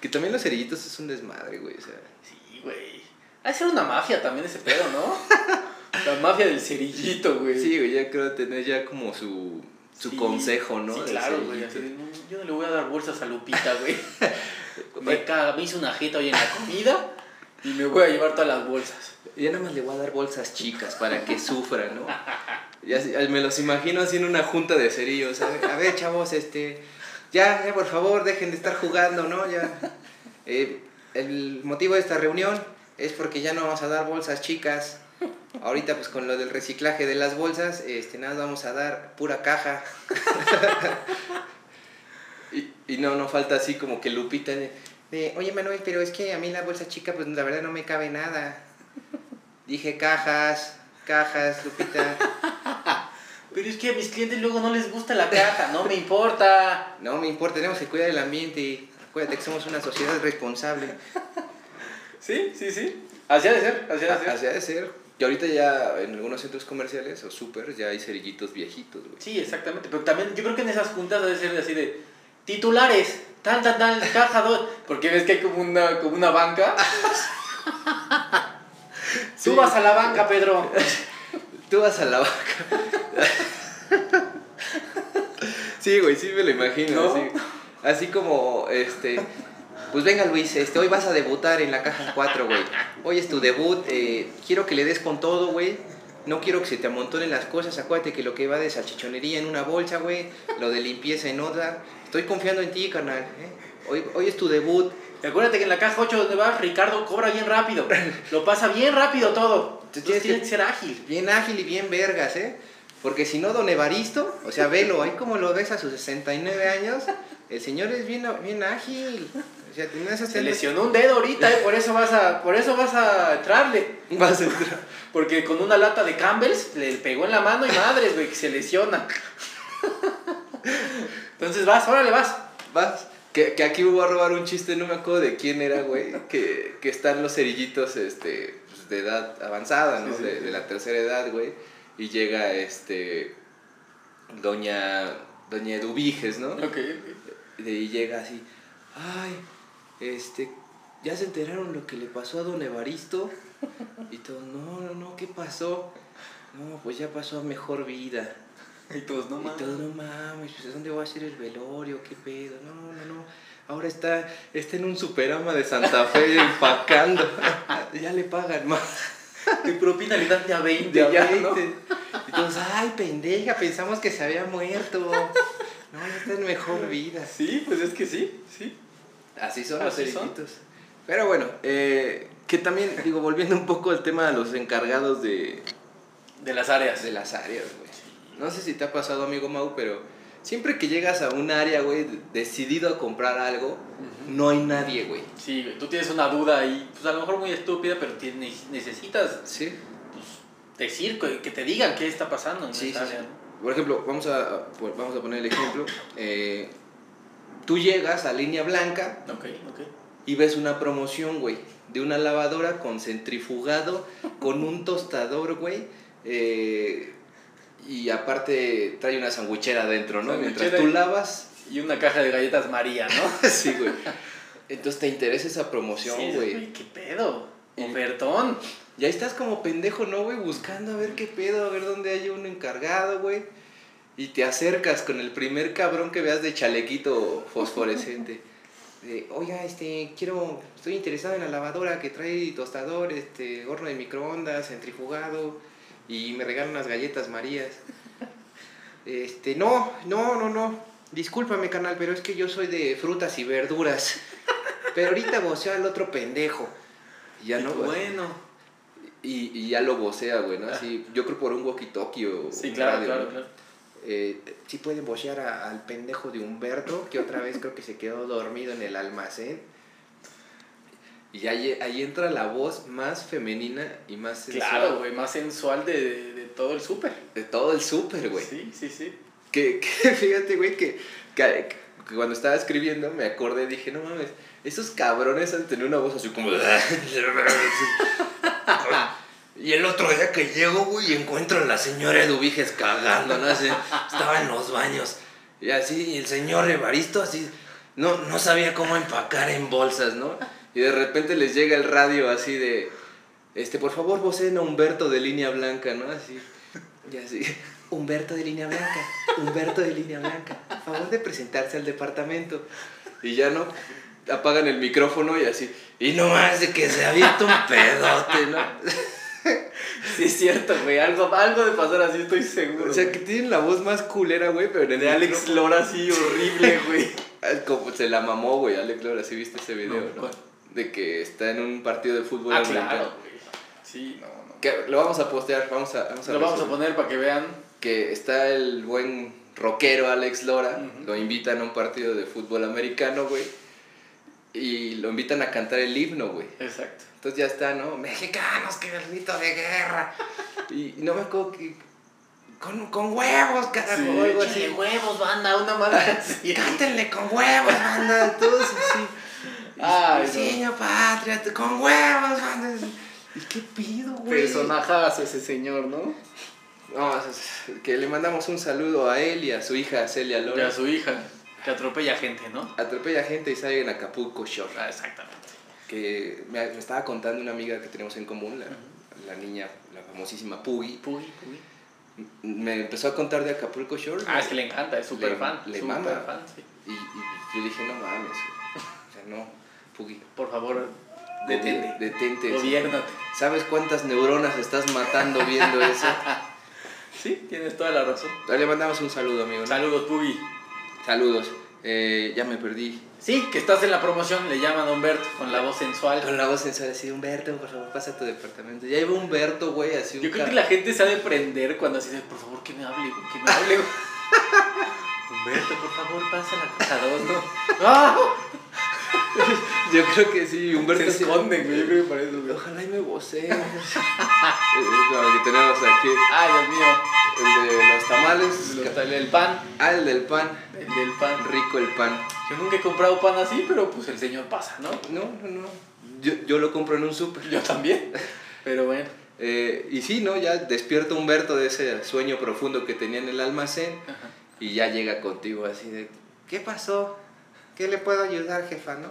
C: Que también los cerillitos es un desmadre, güey. O sea,
D: Sí, güey. Ha de ser una mafia también ese pedo, ¿no? La mafia del cerillito, güey.
C: sí, güey, ya creo tener ya como su, su
D: Sí,
C: consejo, ¿no?
D: Sí,
C: De
D: claro, güey.
C: cerillitos.
D: así de, "No, Yo no le voy a dar bolsas a Lupita, güey. me caga, me hizo una jeta hoy en la comida y me voy a llevar todas las bolsas.
C: Ya nada más le voy a dar bolsas chicas para que sufra, ¿no? Ya así- me los imagino así en una junta de cerillos. A ver, a ver, chavos, este. Ya, ya, por favor, dejen de estar jugando, ¿no? Ya. Eh, el motivo de esta reunión es porque ya no vamos a dar bolsas chicas. Ahorita pues con lo del reciclaje de las bolsas, este, nada, más vamos a dar pura caja. y, y no, no falta así como que Lupita de, de, oye Manuel, pero es que a mí la bolsa chica pues la verdad no me cabe nada. Dije cajas, cajas, Lupita.
D: Pero es que a mis clientes luego no les gusta la caja, no me importa.
C: No me importa, tenemos que cuidar el ambiente. Acuérdate que somos una sociedad responsable.
D: Sí, sí, sí. Así ha de ser, así ha de ser.
C: Así ha de ser. Y ahorita ya en algunos centros comerciales o súper ya hay cerillitos viejitos, güey.
D: Sí, exactamente. Pero también yo creo que en esas juntas debe ser así de titulares, tal, tal, tal, caja 2. Porque ves que hay como una, como una banca. Tú vas a la banca, Pedro.
C: Tú vas a la vaca. sí, güey, sí me lo imagino.
D: ¿No?
C: Así, así como, este... Pues venga, Luis, este, hoy vas a debutar en la caja 4, güey. Hoy es tu debut. eh, quiero que le des con todo, güey. No quiero que se te amontonen las cosas. Acuérdate que lo que va de salchichonería en una bolsa, güey. Lo de limpieza en otra. Estoy confiando en ti, carnal. ¿eh? Hoy, hoy es tu debut.
D: Y Acuérdate que en la caja 8 donde vas, Ricardo cobra bien rápido. Lo pasa bien rápido todo.
C: Tú
D: Entonces
C: tienes
D: tienes que
C: que
D: ser ágil.
C: Bien ágil y bien vergas, ¿eh? Porque si no, don Evaristo, o sea, velo, ahí como lo ves a sus 69 años, el señor es bien, bien ágil. O sea, tenés
D: Se lesionó un dedo ahorita, eh, por eso vas a, por eso vas a entrarle.
C: Vas a entrar.
D: Porque con una lata de Campbell's le pegó en la mano y madres, güey, que se lesiona. Entonces vas, órale, vas.
C: Vas. Que, que aquí me voy a robar un chiste, no me acuerdo de quién era, güey. Que, que están los cerillitos este, pues, de edad avanzada, ¿no?
D: Sí, sí,
C: de,
D: sí.
C: de la tercera edad, güey. Y llega este. Doña. Doña Eduviges, ¿no?
D: Ok,
C: De- Y llega así, ay, este, ¿ya se enteraron lo que le pasó a don Evaristo? Y todo, no, no, no, ¿qué pasó? No, pues ya pasó a mejor vida.
D: Y todos, no
C: y todo, no mames, pues ¿dónde va a ser el velorio? ¿Qué pedo? No, no, no. Ahora está, está en un superama de Santa Fe empacando. ya le pagan más.
D: Tu propina le dan de a 20,
C: De
D: ya,
C: veinte.
D: ¿no?
C: Y todos, ay, pendeja, pensamos que se había muerto. No, ya está en mejor vida.
D: Sí, pues es que sí, sí.
C: Así son
D: Así
C: los
D: son.
C: cerillitos. Pero bueno, eh, que también, digo, volviendo un poco al tema de los encargados de,
D: De las áreas.
C: de las áreas, güey. No sé si te ha pasado, amigo Mau, pero siempre que llegas a un área, güey, de- decidido a comprar algo, no hay nadie, güey.
D: Sí, güey, tú tienes una duda ahí, pues a lo mejor muy estúpida, pero tienes- necesitas
C: Sí.
D: decir, que que te digan qué está pasando en
C: Sí,
D: esa
C: sí,
D: área,
C: sí.
D: ¿no?
C: Por ejemplo, vamos a, por- vamos a poner el ejemplo. Eh, tú llegas a línea blanca
D: Ok, ok.
C: y ves una promoción, güey, de una lavadora con centrifugado, con un tostador, güey, eh, y aparte trae una sandwichera adentro, ¿no? Mientras
D: Sandwichera
C: tú
D: y-
C: lavas,
D: Y una caja de galletas María, ¿no?
C: sí, güey. Entonces te interesa esa promoción,
D: Sí,
C: güey.
D: güey, Eh, qué pedo.
C: Y-
D: Ofertón.
C: y ahí estás como pendejo, ¿no, güey? Buscando a ver qué pedo, a ver dónde hay uno encargado, güey. Y te acercas con el primer cabrón que veas de chalequito fosforescente. De, oiga, este, quiero, estoy interesado en la lavadora que trae tostador, este, horno de microondas, centrifugado, y me regalan unas galletas marías. Este, no, no, no, no, discúlpame, canal, pero es que yo soy de frutas y verduras. Pero ahorita voceo al otro pendejo. Y ya
D: Y
C: no,
D: tú,
C: güey.
D: Bueno.
C: Y, y ya lo vocea, güey, ¿no? Así, yo creo por un walkie-talkie o
D: Sí,
C: un
D: claro,
C: radio,
D: claro,
C: ¿no?
D: claro.
C: Eh, sí pueden vocear a- al pendejo de Humberto, que otra vez creo que se quedó dormido en el almacén. Y ahí, ahí entra la voz más femenina y más sensual
D: Claro, güey, más sensual de, de- de todo el súper.
C: de todo el súper, güey.
D: Sí, sí, sí.
C: Que, que fíjate, güey, que, que- que cuando estaba escribiendo me acordé, dije, no mames, esos cabrones han tenido una voz así como... de- "Ah". y el otro día que llego, güey, y encuentro a la señora Eduviges cagando, ¿no? Así, estaba en los baños. Y así, y el señor Evaristo así, no, no sabía cómo empacar en bolsas, ¿no? Y de repente les llega el radio así de, este, por favor, voceen a Humberto de Línea Blanca, ¿no? Así, y así, Humberto de Línea Blanca, Humberto de Línea Blanca, a favor de presentarse al departamento. Y ya no, apagan el micrófono y así, y no más de que se avienta un pedote, ¿no?
D: Sí, es cierto, güey. Algo, algo de pasar así, estoy seguro.
C: O sea, que tienen la voz más culera, güey, pero en el
D: de Alex
C: micrófono-
D: Lora, así horrible, güey.
C: Ah, Como se la mamó, güey, Alex Lora, ¿sí viste ese video?
D: No,
C: no?
D: ¿cuál?
C: De que está en un partido de fútbol.
D: ah,
C: americano.
D: claro, güey. Sí, no, no.
C: Que lo vamos a postear, vamos a, vamos a
D: Lo vamos a
C: resolver.
D: poner para que vean.
C: que está el buen rockero Alex Lora,
D: Ujú.
C: lo invitan a un partido de fútbol americano, güey, y lo invitan a cantar el himno, güey.
D: Exacto.
C: Entonces ya está, ¿no? Mexicanos, que el grito de guerra. Y, y no me acuerdo que... Con, con huevos, carajo,
D: Sí,
C: algo así.
D: échale huevos, banda, una madre así.
C: Cántenle con huevos, banda, todos así.
D: Ay,
C: Diseño patria, con huevos, banda. ¿Y qué pido, güey?
D: Personajazo ese señor, ¿no?
C: No, es- es- que le mandamos un saludo a él y a su hija Celia
D: Y a
C: Lora.
D: su hija, que atropella gente, ¿no?
C: Atropella gente y sale en Acapulco Shore.
D: Ah, exactamente.
C: Que me, me estaba contando una amiga que tenemos en común, la, la niña, la famosísima Puggy.
D: Puy, puy.
C: Me empezó a contar de Acapulco Shore.
D: Ah, es que le encanta, es súper
C: Le-
D: fan.
C: le
D: súper
C: mama.
D: fan, sí.
C: y, y yo le dije, no mames. güey. O sea, no, Puggy.
D: Por favor, detente.
C: Detente.
D: Gobiérnate.
C: ¿Sabes cuántas neuronas estás matando viendo eso?
D: Sí, tienes toda la razón.
C: Le mandamos un saludo, amigo. ¿no?
D: Saludos, Pugi.
C: Saludos. Eh, ya me perdí.
D: Sí, que estás en la promoción, le llaman a Humberto con la voz sensual.
C: Con la voz sensual así, Humberto, por favor, pasa a tu departamento. Ya iba Humberto, güey, así un
D: Yo creo
C: car-
D: que la gente se ha de prender cuando así dice, por favor, que me hable, güey, que me hable. güey". Humberto, por favor, pasa la caja dos, ¿no? ¡Ah!
C: Yo creo que sí, Humberto
D: Se
C: sí.
D: esconden, güey, yo creo que para eso, güey.
C: Ojalá y me vocee. no, que tenemos aquí
D: Ay, Dios mío.
C: el de los tamales.
D: Lo- El del pan,
C: Ah, el del pan.
D: el del pan.
C: Rico el pan.
D: Yo nunca he comprado pan así, pero pues el señor pasa, ¿no?
C: No, no, no. Yo, yo lo compro en un súper.
D: Yo también. Pero bueno.
C: Eh, y sí, ¿no? Ya despierta Humberto de ese sueño profundo que tenía en el almacén
D: Ajá.
C: y ya llega contigo así de, ¿qué pasó? ¿Qué le puedo ayudar, jefa, no?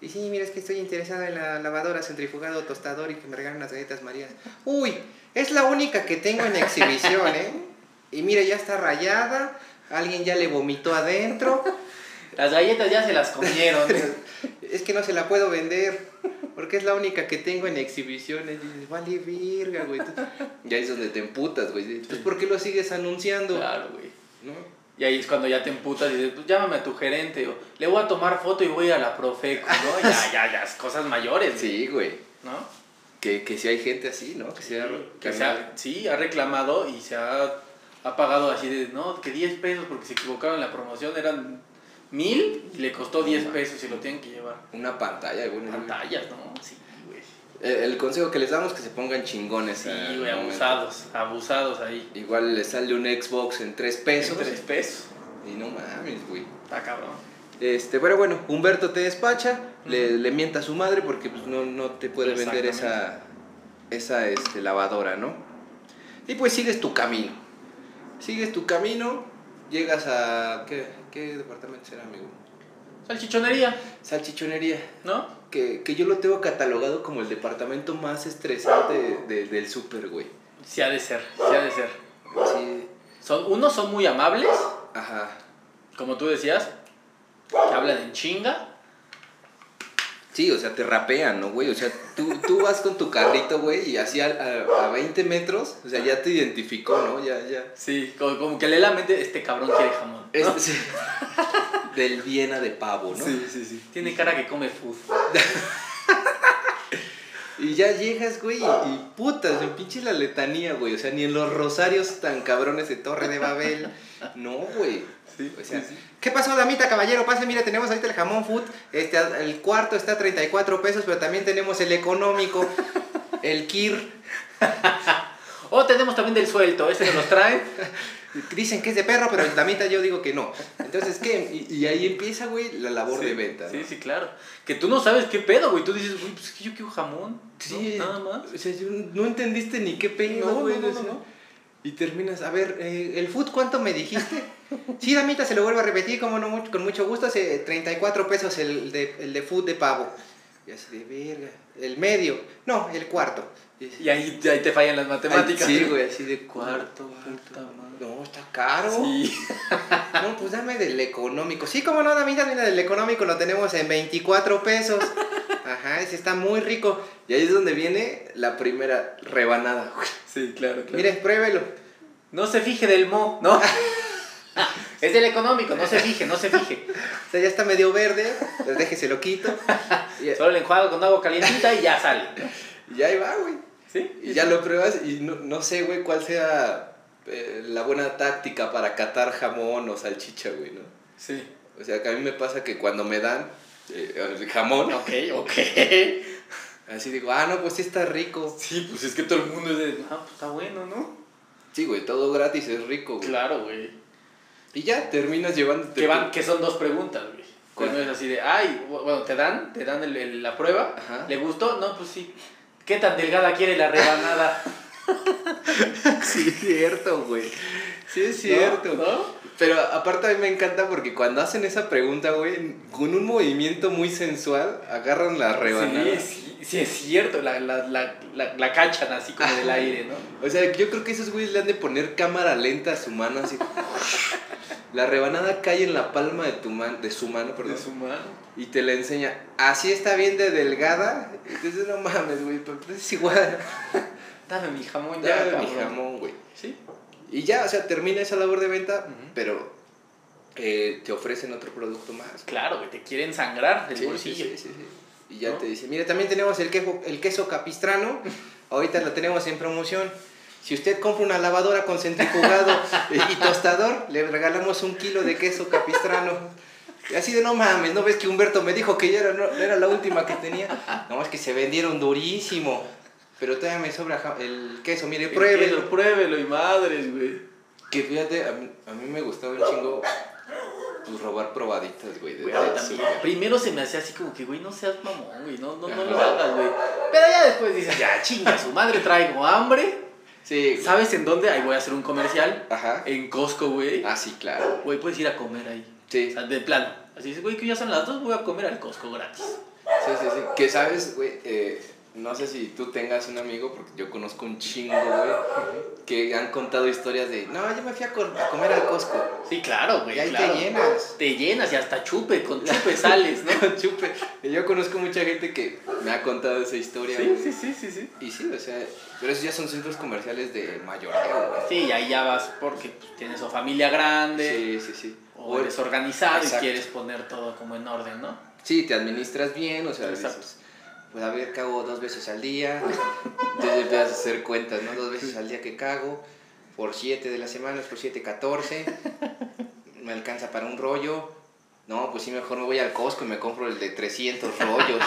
C: Y sí, mira, es que estoy interesado en la lavadora, centrifugado, tostador y que me regalen unas galletas marías. Uy, es la única que tengo en exhibición, ¿eh? Y mira, ya está rayada, alguien ya le vomitó adentro,
D: Las galletas ya se las comieron. ¿eh?
C: es que no se la puedo vender, porque es la única que tengo en exhibiciones. Y dices, vale, verga, güey. Ya es donde te emputas, güey. Dices, Pues, ¿por qué lo sigues anunciando?
D: claro, güey.
C: ¿No?
D: Y ahí es cuando ya te emputas y dices, pues llámame a tu gerente, o le voy a tomar foto y voy a la Profeco, ¿no? Ya, ya, ya, es cosas mayores, güey,
C: Sí, güey.
D: ¿no?
C: Que, que si hay gente así, ¿no? Que se ha
D: Que se ha- sí, ha reclamado y se ha, ha pagado así de, no, que 10 pesos porque se equivocaron en la promoción, eran mil y le costó 10 pesos y lo tienen que llevar.
C: una pantalla, güey.
D: Pantallas, ¿no? Sí, güey.
C: El, el consejo que les damos es que se pongan chingones.
D: Sí,
C: al
D: güey,
C: momento.
D: abusados, abusados ahí.
C: Igual les sale un Xbox en tres pesos.
D: 3 pesos.
C: Y no mames, güey.
D: Está cabrón.
C: Este, pero bueno, Humberto te despacha, le, le mienta a su madre porque pues, no, no te puede vender esa, esa este, lavadora, ¿no? Y pues sigues tu camino. Sigues tu camino, llegas a... ¿Qué, qué departamento será, amigo?
D: Salchichonería,
C: Salchichonería,
D: ¿no?
C: que, que yo lo tengo catalogado como el departamento más estresante de- de- del super, güey.
D: Sí ha de ser, sí ha de ser.
C: Así,
D: Son, unos son muy amables,
C: ajá.
D: como tú decías, que hablan en chinga.
C: Sí, o sea, te rapean, ¿no, güey? O sea, tú, tú vas con tu carrito, güey, y así a, a- a 20 metros, o sea, ya te identificó, ¿no? Ya, ya. Este
D: Sí, como, como que lee la mente, este cabrón quiere jamón.
C: Es-
D: ¿no?
C: sí. Del Viena de pavo, ¿no?
D: sí, sí. Tiene cara que come food.
C: Y ya llegas, güey, y, y putas, de pinche la letanía, güey. O sea, ni en los rosarios tan cabrones de Torre de Babel. No, güey.
D: Sí,
C: O sea, ¿qué pasó, damita, caballero? Pase, mira, tenemos ahorita el jamón food. Este, el cuarto está a 34 pesos, pero también tenemos el económico, el kir.
D: O oh, tenemos también del suelto, ese nos los trae.
C: Dicen que es de perro, pero la mitad yo digo que no. Entonces, ¿qué? Y, y ahí empieza, güey, la labor
D: Sí,
C: de venta. ¿no?
D: Sí, sí, claro. Que tú no sabes qué pedo, güey. Tú dices, güey, pues es que yo quiero jamón. ¿no?
C: Sí.
D: Nada más.
C: O sea, yo no entendiste ni qué pedo,
D: No,
C: güey.
D: no, no,
C: o sea,
D: no.
C: Y terminas, a ver, eh, ¿el food cuánto me dijiste? sí, damita, se lo vuelvo a repetir, como no, mucho- con mucho gusto, hace 34 pesos el de, el de food de pavo. Y así de verga. El medio. No, el cuarto. Y así-
D: Y ahí, ahí te fallan las matemáticas.
C: Ay, Sí, güey, así de cuarto,
D: Cuarto,
C: cuarto.
D: puta madre.
C: No, está caro.
D: Sí.
C: No, pues dame del económico. Sí, como no, damita, mira, del económico lo tenemos en 24 pesos. Ajá, ese está muy rico. Y ahí es donde viene la primera rebanada. güey.
D: Sí, claro, claro.
C: Mire, pruébelo.
D: No se fije del mo, ¿no? es del económico, no se fije, no se fije.
C: O sea, ya está medio verde. Pues déjese lo quito. Y,
D: Solo le enjuago con agua calientita y ya sale.
C: y Y ahí va, güey.
D: ¿Sí?
C: Y ya lo pruebas y no, no sé, güey, cuál sea eh, la buena táctica para catar jamón o salchicha, güey, ¿no?
D: Sí.
C: O sea, que a mí me pasa que cuando me dan eh, el jamón,
D: Ok, ok.
C: así digo, ah, no, pues sí está rico.
D: Sí, pues es que todo el mundo es de. Ah, pues está bueno, ¿no?
C: Sí, güey, todo gratis es rico, güey.
D: Claro, güey.
C: Y ya terminas llevándote.
D: Que, van, que son dos preguntas, güey.
C: ¿Cuál?
D: Que no es así de, ay, bu- bueno, te dan, te dan el- el- la prueba,
C: Ajá.
D: ¿le gustó? No, pues sí. ¿Qué tan delgada quiere la rebanada?
C: Sí, es cierto, güey. Sí, es
D: ¿No?
C: cierto.
D: ¿No?
C: Pero aparte a mí me encanta porque cuando hacen esa pregunta, güey, con un movimiento muy sensual, agarran la rebanada.
D: Sí, sí, sí, es cierto, la, la, la, la, la cachan así como del aire, ¿no?
C: O sea, yo creo que esos güeyes le han de poner cámara lenta a su mano así. La rebanada cae en la palma de tu mano, de su mano, perdón.
D: De su mano.
C: Y te la enseña. Así está bien de delgada. Entonces no mames, güey, pero pues es igual.
D: Dame mi jamón ya,
C: Ya, mi
D: cabrón.
C: jamón, güey.
D: Sí.
C: Y ya, o sea, termina esa labor de venta,
D: Ujú.
C: pero eh, te ofrecen otro producto más.
D: Claro, güey, te quieren sangrar del
C: Sí, sí,
D: bolsillo.
C: sí, sí, sí. Y ya
D: ¿No?
C: te dice, mira, también tenemos el, quejo- el queso capistrano, ahorita lo tenemos en promoción. Si usted compra una lavadora con centrifugado y tostador, le regalamos un kilo de queso capistrano. Y así de no mames, ¿no ves que Humberto me dijo que ya era, no- era la última que tenía? No, es que se vendieron durísimo. Pero todavía me sobra ja- el queso, mire, pruébelo.
D: Pruébelo, pruébelo y madres, güey.
C: Que fíjate, a mí, a mí me gustaba un chingo pues, robar probaditas, güey. De,
D: Güey,
C: de
D: también.
C: azúcar.
D: Primero se me hacía así como que, güey, no seas mamón, güey, no, no, no lo
C: Ajá.
D: hagas, güey. Pero ya después dices, ya chinga, su madre traigo hambre.
C: Sí, güey.
D: ¿Sabes en dónde? Ahí voy a hacer un comercial.
C: Ajá.
D: En Costco, güey.
C: Ah, sí, claro.
D: Güey, puedes ir a comer ahí. O
C: Sí, sí,
D: sea, de plano. Así dices, güey, que ya son las dos, voy a comer al Costco gratis.
C: sí, sí. Que sabes, güey, Eh, no sé si tú tengas un amigo, porque yo conozco un chingo, güey, que han contado historias de, no, yo me fui a, co- a comer al Costco.
D: Sí, claro, güey.
C: Y ahí
D: claro.
C: te llenas.
D: Te llenas y hasta chupe, con chupe sales, ¿no?
C: Con chupe. Y Yo conozco mucha gente que me ha contado esa historia,
D: Sí,
C: güey.
D: sí, sí, sí, sí.
C: Y sí, o sea, pero esos ya son centros comerciales de mayoreo, güey.
D: Sí, y ahí ya vas porque pues, tienes o familia grande,
C: Sí, sí, sí.
D: o eres organizado
C: Exacto.
D: y quieres poner todo como en orden, ¿no?
C: Sí, te administras bien, o sea,
D: Exacto.
C: dices, pues a ver, cago dos veces al día, entonces empiezas a hacer cuentas, ¿no? Dos veces al día que cago, por siete de las semanas, por siete, catorce, me alcanza para un rollo, no, pues sí, mejor me voy al Costco y me compro el de 300 rollos,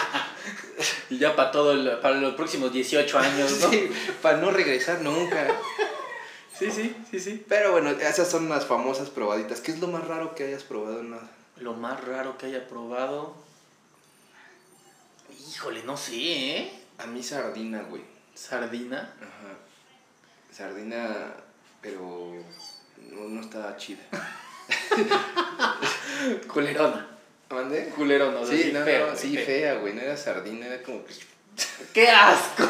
D: Y ya para todo el- para los próximos 18 años, ¿no?
C: sí, para Pues, no regresar nunca.
D: Sí, sí, sí, sí.
C: Pero bueno, esas son las famosas probaditas. ¿Qué es lo más raro que hayas probado en una...
D: Lo más raro que haya probado. Híjole, no sé, ¿eh?
C: A mí sardina, güey.
D: Sardina.
C: Ajá. Sardina, pero no, no está chida.
D: Culerona.
C: ¿Mandé?
D: Culerona, o sea,
C: Sí, no,
D: fea,
C: no,
D: güey,
C: sí,
D: fea.
C: fea, güey. No era sardina, era como que
D: ¡Qué asco!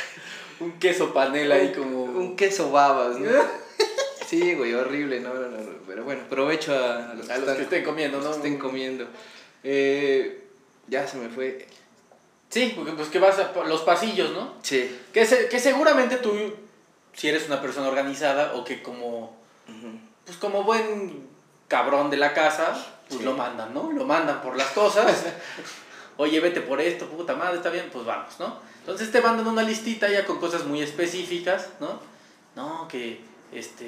D: Un queso panela ahí como.
C: un queso babas, ¿no? Sí, güey, horrible, no, no, no, no, Pero bueno, provecho a, los,
D: A los que estén comiendo,
C: los
D: ¿no?
C: que estén comiendo. Eh, ya se me fue.
D: Sí, porque pues que vas a los pasillos, ¿no?
C: Sí.
D: Que, se- que seguramente tú, si eres una persona organizada o que como,
C: Ujú.
D: pues como buen cabrón de la casa, pues
C: Sí.
D: lo mandan, ¿no? Lo mandan por las cosas. Oye, vete por esto, puta madre, está bien, pues vamos, ¿no? Entonces te mandan una listita ya con cosas muy específicas, ¿no? No, que este,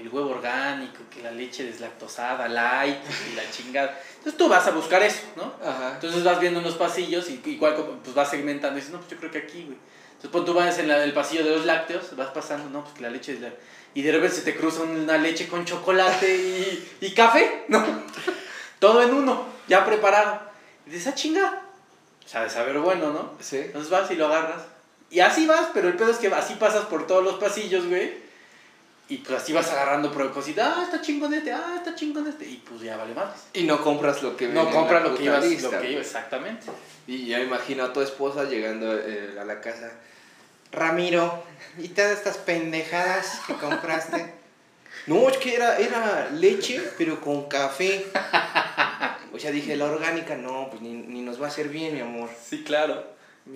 D: el huevo orgánico, que la leche deslactosada, light, y la chingada. Entonces tú vas a buscar eso, ¿no?
C: Ajá.
D: Entonces vas viendo unos pasillos y igual pues vas segmentando y dices, no, pues yo creo que aquí, güey. Entonces pues, tú vas en la- el pasillo de los lácteos, vas pasando, no, pues que la leche es la... Y de repente se te cruza una leche con chocolate y, y café, ¿no? Todo en uno, ya preparado. Y dices, ah, chinga. O sea, de saber bueno, ¿no?
C: Sí.
D: Entonces vas y lo agarras. Y así vas, pero el pedo es que así pasas por todos los pasillos, güey. Y pues así vas agarrando pro- cositas, ah, está chingón este, ah, está chingón este. Y pues ya vale más.
C: Y no compras lo que viene
D: No
C: en
D: compra
C: la
D: lo
C: puta
D: que ibas,
C: lista,
D: lo que
C: güey.
D: iba, exactamente.
C: Y ya imagino a tu esposa llegando eh, a la casa. Ramiro, ¿y todas estas pendejadas que compraste? No, es que era, era leche, pero con café. O sea, dije, la orgánica, no, pues ni, ni nos va a hacer bien, mi amor.
D: Sí, claro.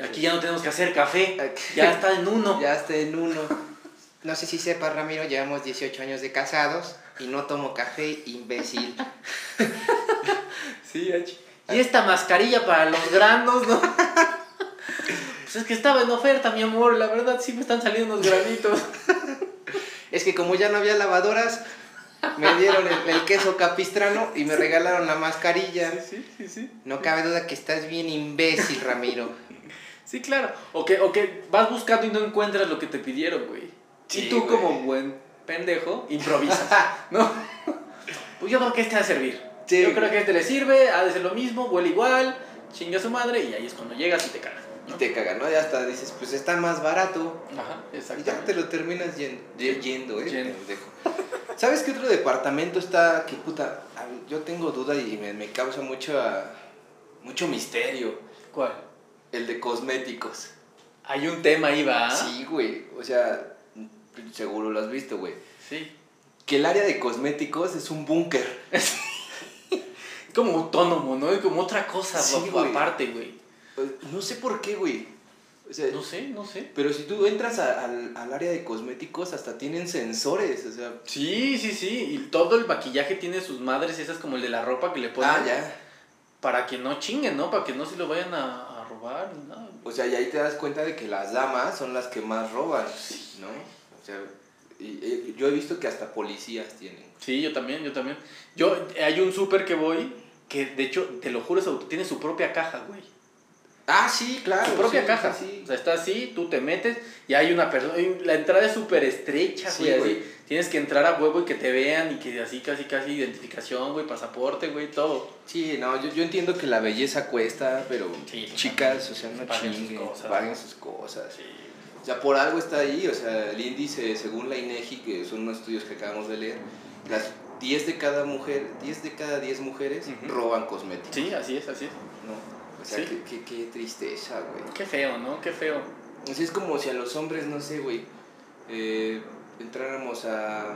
D: Aquí ya no tenemos que hacer café.
C: Aquí-
D: Ya está en uno.
C: Ya está en uno. No sé si sepas, Ramiro, llevamos 18 años de casados y no tomo café, imbécil.
D: Sí, H. Y esta mascarilla para los granos, ¿no? Pues Pues es que estaba en oferta, mi amor. La verdad, sí me están saliendo unos granitos.
C: Es que como ya no había lavadoras, me dieron el, el queso capistrano y me regalaron la mascarilla.
D: sí, sí, sí.
C: No cabe duda que estás bien imbécil, Ramiro.
D: Sí, claro. O que, o que vas buscando y no encuentras lo que te pidieron, güey.
C: Sí,
D: y tú,
C: güey.
D: como buen pendejo, improvisas,
C: Ah,
D: ¿no? Pues yo creo que este va a servir.
C: Sí,
D: yo
C: güey.
D: creo que este le sirve, ha de ser lo mismo, huele igual, chinga su madre, y ahí es cuando llegas y te cagas.
C: Y
D: ¿no?
C: te cagan, ¿no? Ya hasta dices, pues está más barato.
D: Ajá,
C: Y ya
D: exactamente.
C: te lo terminas yendo, ye- yendo, eh,
D: Yendo.
C: pendejo. ¿Sabes qué otro departamento está que puta? a ver, Yo tengo duda y me, me causa mucho, mucho misterio.
D: ¿Cuál?
C: El de cosméticos.
D: Hay un tema ahí, va.
C: Sí, güey. O sea, seguro lo has visto, güey.
D: Sí.
C: Que el área de cosméticos es un búnker.
D: Es como autónomo, ¿no? Es como otra cosa
C: Sí,
D: va-
C: güey.
D: aparte, güey.
C: Eh, No sé por qué, güey. O sea,
D: No sé, no sé.
C: pero si tú entras a- al, al área de cosméticos, hasta tienen sensores. O sea,
D: Sí, sí, sí. Y todo el maquillaje tiene sus madres, esas como el de la ropa que le ponen.
C: ah, ya.
D: Para que no chinguen, ¿no? Para que no se lo vayan a, a robar ni nada.
C: O sea, y ahí te das cuenta de que las damas son las que más roban, ¿no? O sea, y- y yo he visto que hasta policías tienen.
D: Sí, yo también, yo también. Yo, hay un súper que voy que, de hecho, te lo juro, es auto- tiene su propia caja, güey.
C: Ah, sí, claro.
D: su propia
C: sí,
D: caja.
C: sí,
D: O
C: sí.
D: sea, está así, tú te metes y hay una persona. y La entrada es súper estrecha,
C: Sí,
D: güey. así.
C: güey.
D: Tienes que entrar a huevo y que te vean y que así, casi, casi, identificación, güey, pasaporte, güey, todo.
C: Sí, no, yo, yo entiendo que la belleza cuesta, pero
D: Sí, pues,
C: chicas, o sea, no
D: paguen sus
C: chinguen,
D: cosas.
C: paguen sus cosas. O sea, por algo está ahí, o sea, el índice, según la INEGI, que son unos estudios que acabamos de leer, las 10 de cada mujer, 10 de cada 10 mujeres
D: Ujú.
C: roban cosméticos,
D: Sí, así es, así es.
C: ¿no? O sea,
D: Sí.
C: qué, qué- qué tristeza, güey.
D: Qué feo, ¿no? Qué feo.
C: O sea, es como si a los hombres, no sé, güey, eh, entráramos a,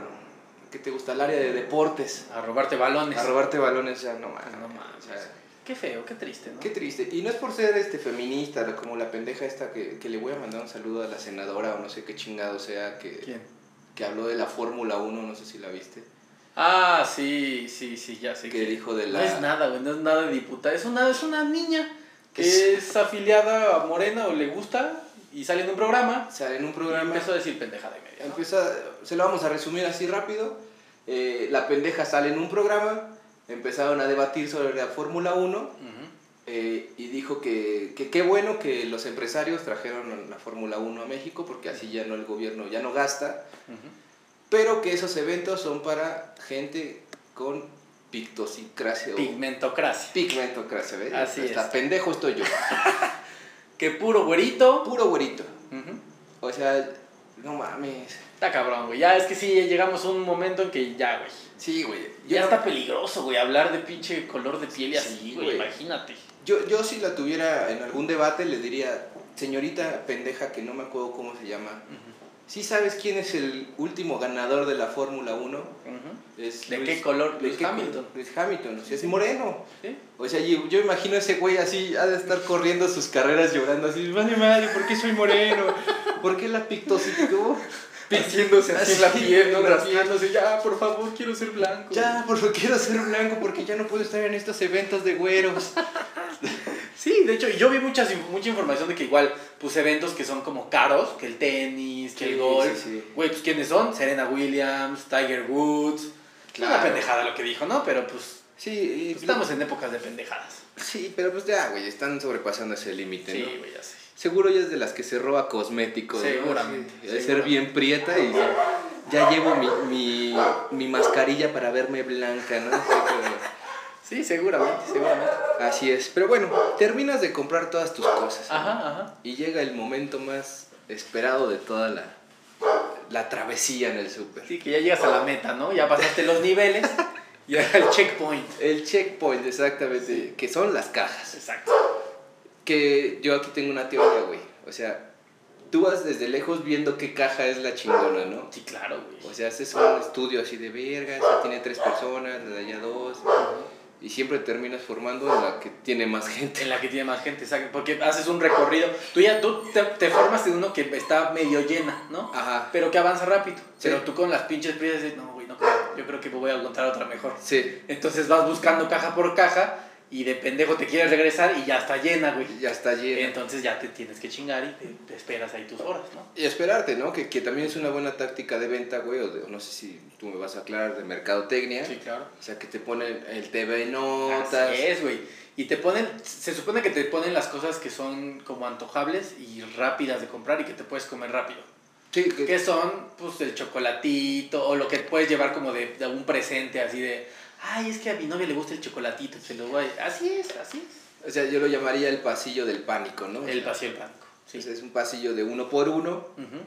C: ¿qué te gusta? Al área de deportes,
D: A robarte balones.
C: a robarte balones, ya no mames.
D: No
C: o
D: mames.
C: sea,
D: Qué feo, qué triste, ¿no?
C: Qué triste. Y no es por ser este feminista, como la pendeja esta que, que le voy a mandar un saludo a la senadora o no sé qué chingado sea que,
D: ¿Quién?
C: que habló de la Fórmula 1, no sé si la viste.
D: Ah, sí, sí, sí, ya sé.
C: Que
D: quién.
C: dijo de la.
D: No es nada, güey, no es nada de diputada. Es una, es una niña que
C: Es-
D: es... afiliada a Morena o le gusta y sale en un programa.
C: O sea, en un
D: Y
C: programa.
D: empezó a decir pendejada y media. ¿no?
C: Empieza, se lo vamos a resumir así rápido. Eh, la pendeja sale en un programa, empezaron a debatir sobre la Fórmula 1
D: Ujú.
C: eh, y dijo que que qué bueno que los empresarios trajeron la Fórmula 1 a México porque así ya no el gobierno ya no gasta.
D: Ujú.
C: pero que esos eventos son para gente con pictocicracia o
D: Pigmentocracia.
C: pigmentocracia, ¿ves?
D: Así
C: Hasta
D: es.
C: pendejo estoy yo.
D: Que puro güerito.
C: Puro güerito.
D: Ujú.
C: O sea, no mames.
D: Está cabrón, güey. Ya es que sí, ya llegamos a un momento en que ya, güey.
C: Sí, güey. Yo,
D: Ya
C: no-
D: está peligroso, güey, hablar de pinche color de piel y así,
C: güey.
D: güey. Imagínate.
C: yo, yo si la tuviera en algún debate le diría, señorita pendeja que no me acuerdo cómo se llama, ¿sí sabes quién es el último ganador de la Fórmula 1?
D: Ujú.
C: Es
D: ¿De qué color?
C: ¿de
D: Lewis
C: qué
D: Hamilton.
C: color? Lewis Hamilton, o sea, es moreno.
D: ¿Sí?
C: O sea, yo, yo imagino a ese güey así, ha de estar corriendo sus carreras llorando así, vale madre, ¿por qué soy moreno? ¿Por qué la pictocito?
D: Pintiéndose así en la piel, ¿no?
C: En la
D: Rascándose, ya, por favor, quiero ser blanco.
C: Ya, por favor, quiero ser blanco porque ya no puedo estar en estos eventos de güeros.
D: Sí, de hecho, yo vi muchas, inf- mucha información de que igual, pues eventos que son como caros, que el tenis, que
C: Sí,
D: el golf.
C: sí, sí.
D: Güey, pues ¿quiénes son? Serena Williams, Tiger Woods.
C: Claro.
D: Una pendejada lo que dijo, ¿no? Pero pues,
C: Sí, y-
D: pues, estamos en épocas de pendejadas.
C: sí, pero pues ya, güey, están sobrepasando ese límite,
D: Sí,
C: ¿no?
D: güey, ya sé.
C: Seguro ya es de las que se roba cosméticos. ¿no?
D: Seguramente,
C: Así, De ser
D: seguramente.
C: bien prieta y dice, ya llevo mi, mi, mi mascarilla para verme blanca, ¿no? Así que-
D: Sí, seguramente, seguramente.
C: Así es, pero bueno, terminas de comprar todas tus cosas
D: Ajá, ajá.
C: y llega el momento más esperado de toda la, la travesía en el súper.
D: Sí, que ya llegas a la meta, ¿no? Ya pasaste los niveles y ahora el checkpoint.
C: El checkpoint, exactamente, que son las cajas.
D: Exacto.
C: Que yo aquí tengo una teoría, güey. O sea, tú vas desde lejos viendo qué caja es la chingona, ¿no?
D: Sí, claro, güey.
C: O sea, haces un estudio así de verga, esa tiene tres personas, la de allá dos, y siempre terminas formando en la que tiene más gente.
D: En la que tiene más gente, exacto, porque haces un recorrido. Tú ya tú te, te formas en uno que está medio llena, ¿no?
C: Ajá.
D: Pero que avanza rápido.
C: Sí.
D: Pero tú con las pinches prisas dices, no, güey, no creo. Yo creo que me voy a encontrar otra mejor.
C: Sí.
D: Entonces vas buscando caja por caja y de pendejo te quieres regresar y ya está llena, güey.
C: Ya está lleno.
D: Entonces ya te tienes que chingar y te, te esperas ahí tus horas, ¿no?
C: Y esperarte, ¿no? Que, que también es una buena táctica de venta, güey, o, de- o no sé si tú me vas a aclarar, de mercadotecnia.
D: claro.
C: O sea, que te ponen el TV Notas.
D: Así es, güey. Y te ponen, se supone que te ponen las cosas que son como antojables y rápidas de comprar y que te puedes comer rápido.
C: Sí, que-
D: Que son, pues, el chocolatito o lo que puedes llevar como de, de un presente así de, ay, es que a mi novia le gusta el chocolatito, se lo voy a-". Así es, así es.
C: o sea, yo lo llamaría el pasillo del pánico, ¿no? O
D: El
C: sea,
D: paseo del pánico, sí.
C: o sea, Es un pasillo de uno por uno,
D: Ujú.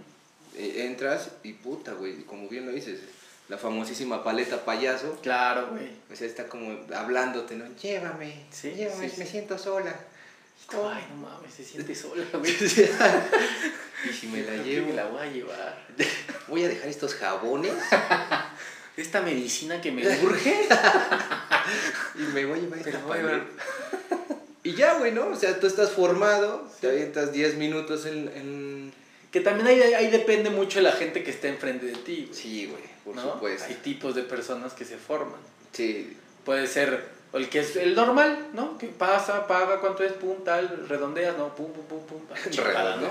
C: eh, entras y puta, güey, como bien lo dices, la famosísima paleta payaso,
D: Claro, güey.
C: o sea, está como hablándote, ¿no? Llévame,
D: Sí,
C: llévame,
D: sí,
C: me
D: sí.
C: siento sola.
D: Ay, no mames, se siente sola, güey.
C: y si me la
D: Yo creo
C: llevo,
D: que la voy a llevar.
C: voy a dejar estos jabones
D: Esta medicina que me urge.
C: y me voy a llevar
D: Pero
C: esta
D: voy a
C: paleta.
D: llevar-
C: Y ya, güey, ¿no? O sea, tú estás formado,
D: Sí.
C: te avientas 10 minutos en... en...
D: Que también ahí, ahí depende mucho de la gente que está enfrente de ti, güey.
C: Sí, güey, por
D: ¿no?
C: supuesto.
D: Hay tipos de personas que se forman.
C: Sí,
D: Puede ser el que es el normal, ¿no? Que pasa, paga, cuánto es, pum, tal, redondeas, ¿no? Pum, pum, pum, pum. tal, chingada, ¿no?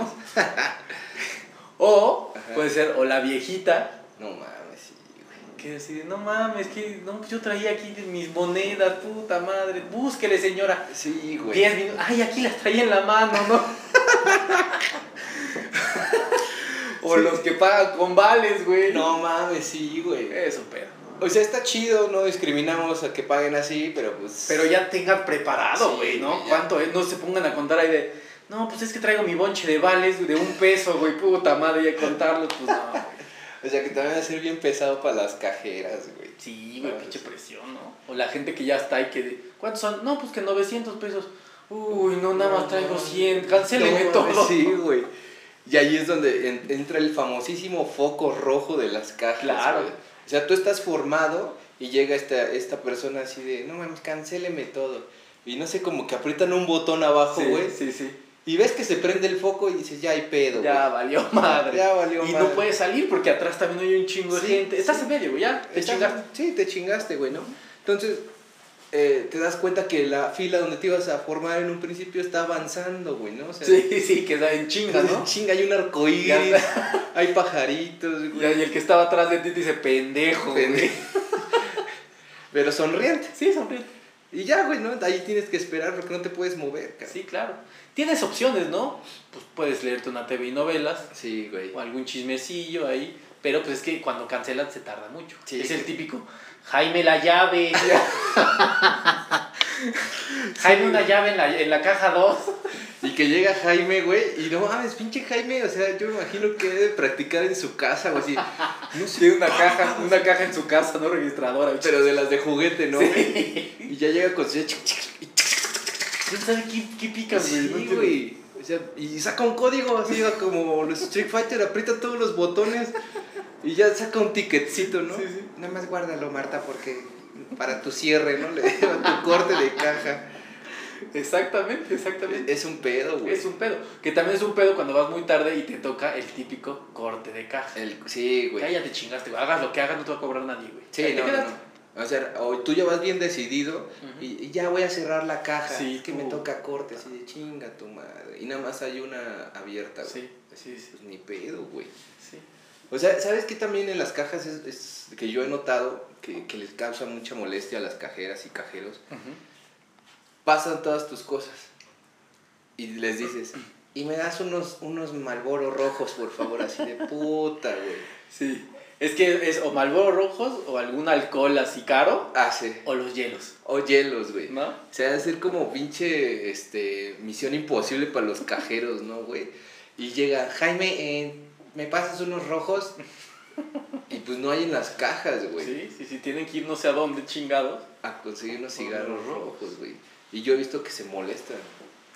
D: o
C: Ajá.
D: puede ser, o la viejita,
C: no mames, sí, güey.
D: que decide, no mames, que no, yo traía aquí mis monedas, puta madre, búsquele, señora.
C: Sí, güey.
D: Diez minutos, ay, aquí las traía en la mano, ¿no? o los que pagan con vales, güey.
C: No mames, sí, güey.
D: Es un pedo.
C: O sea, está chido, no discriminamos a que paguen así, pero pues.
D: Pero ya tengan preparado,
C: Sí,
D: güey, ¿no?
C: güey, ya.
D: ¿Cuánto es? No se pongan a contar ahí de. No, pues es que traigo mi bonche de vales güey, de un peso, güey, puta madre, y a contarlo, pues no, güey.
C: O sea, que también va a ser bien pesado para las cajeras, güey.
D: Sí, güey,
C: Ah,
D: pinche
C: sí.
D: presión, ¿no? O la gente que ya está ahí que. de, ¿Cuántos son? No, pues que 900 pesos. Uy, no, nada más traigo 100. Cancéleme
C: No mames,
D: todo.
C: Sí, güey. Y ahí es donde en- entra el famosísimo foco rojo de las cajas.
D: Claro.
C: güey. O sea, tú estás formado y llega esta, esta persona así de, no mames, cancéleme todo. Y no sé, como que aprietan un botón abajo,
D: Sí,
C: güey.
D: sí, sí.
C: Y ves que se prende el foco y dices, ya hay pedo,
D: Ya
C: güey.
D: valió madre.
C: Ya valió
D: y
C: madre.
D: no puedes salir porque atrás también hay un chingo
C: Sí,
D: de gente. Estás
C: sí.
D: en medio, güey, ya. Te
C: Estás-
D: chingaste.
C: Sí, te chingaste, güey, ¿no? Entonces, eh, te das cuenta que la fila donde te ibas a formar en un principio está avanzando, güey, ¿no? O sea,
D: Sí, sí, queda en chinga, ¿no?
C: Chinga, hay un arcoíris,
D: Ya
C: hay pajaritos,
D: Y
C: güey.
D: y el que estaba atrás de ti te dice, pendejo. güey".
C: Pende- Pero sonriente.
D: Sí, sonríe.
C: Y ya, güey, ¿no? Ahí tienes que esperar porque no te puedes mover, cabrón.
D: Sí, claro. Tienes opciones, ¿no? Pues puedes leerte una TV y novelas
C: Sí, güey.
D: o algún chismecillo ahí. Pero pues es que cuando cancelan se tarda mucho.
C: Sí.
D: es el típico, Jaime la llave. Jaime una llave en la, en la caja 2.
C: Y que llega Jaime, güey, y no mames, pinche Jaime, o sea, yo me imagino que debe practicar en su casa, güey, así. No sé,
D: Tiene una caja, una caja en su casa, no registradora.
C: pero de las de juguete, ¿no? güey? Y ya llega con su...
D: ¿Quién pues, sabe qué, qué pica,
C: Sí,
D: No entiendo.
C: güey. O sea, y saca un código, así va como los Street Fighter, aprieta todos los botones y ya saca un ticketcito, ¿no?
D: Sí, sí.
C: Nada más guárdalo, Marta, porque para tu cierre, ¿no? Le lleva tu corte de caja.
D: Exactamente, exactamente.
C: Es un pedo, güey.
D: Es un pedo. Que también es un pedo cuando vas muy tarde y te toca el típico corte de caja.
C: El... Sí, güey.
D: Ya, ya te chingaste, güey. Hagas lo que hagas, no te va a cobrar nadie, güey.
C: Sí,
D: Ahí te
C: no,
D: quedaste.
C: no. O sea, o tú ya vas bien decidido y, y ya voy a cerrar la caja.
D: Sí,
C: es que me
D: puta.
C: toca corte, así de chinga tu madre. Y nada más hay una abierta, güey.
D: Sí, sí, sí,
C: Pues ni pedo, güey.
D: sí.
C: O sea, ¿sabes qué también en las cajas es, es que yo he notado que, que les causa mucha molestia a las cajeras y cajeros? Pasan todas tus cosas y les dices, y me das unos, unos malboros rojos, por favor, así de puta, güey.
D: Sí. Es que es o Malboro rojos o algún alcohol así caro
C: Hace.
D: o los hielos,
C: O hielos, güey.
D: ¿no?
C: O sea, hacer como pinche este, misión imposible para los cajeros, ¿no, güey? Y llega, Jaime, eh, ¿me pasas unos rojos? Y pues no hay en las cajas, güey.
D: Sí, sí, sí, tienen que ir no sé a dónde chingados.
C: a conseguir unos
D: Por
C: cigarros
D: los rojos.
C: rojos, güey. Y yo he visto que se molestan.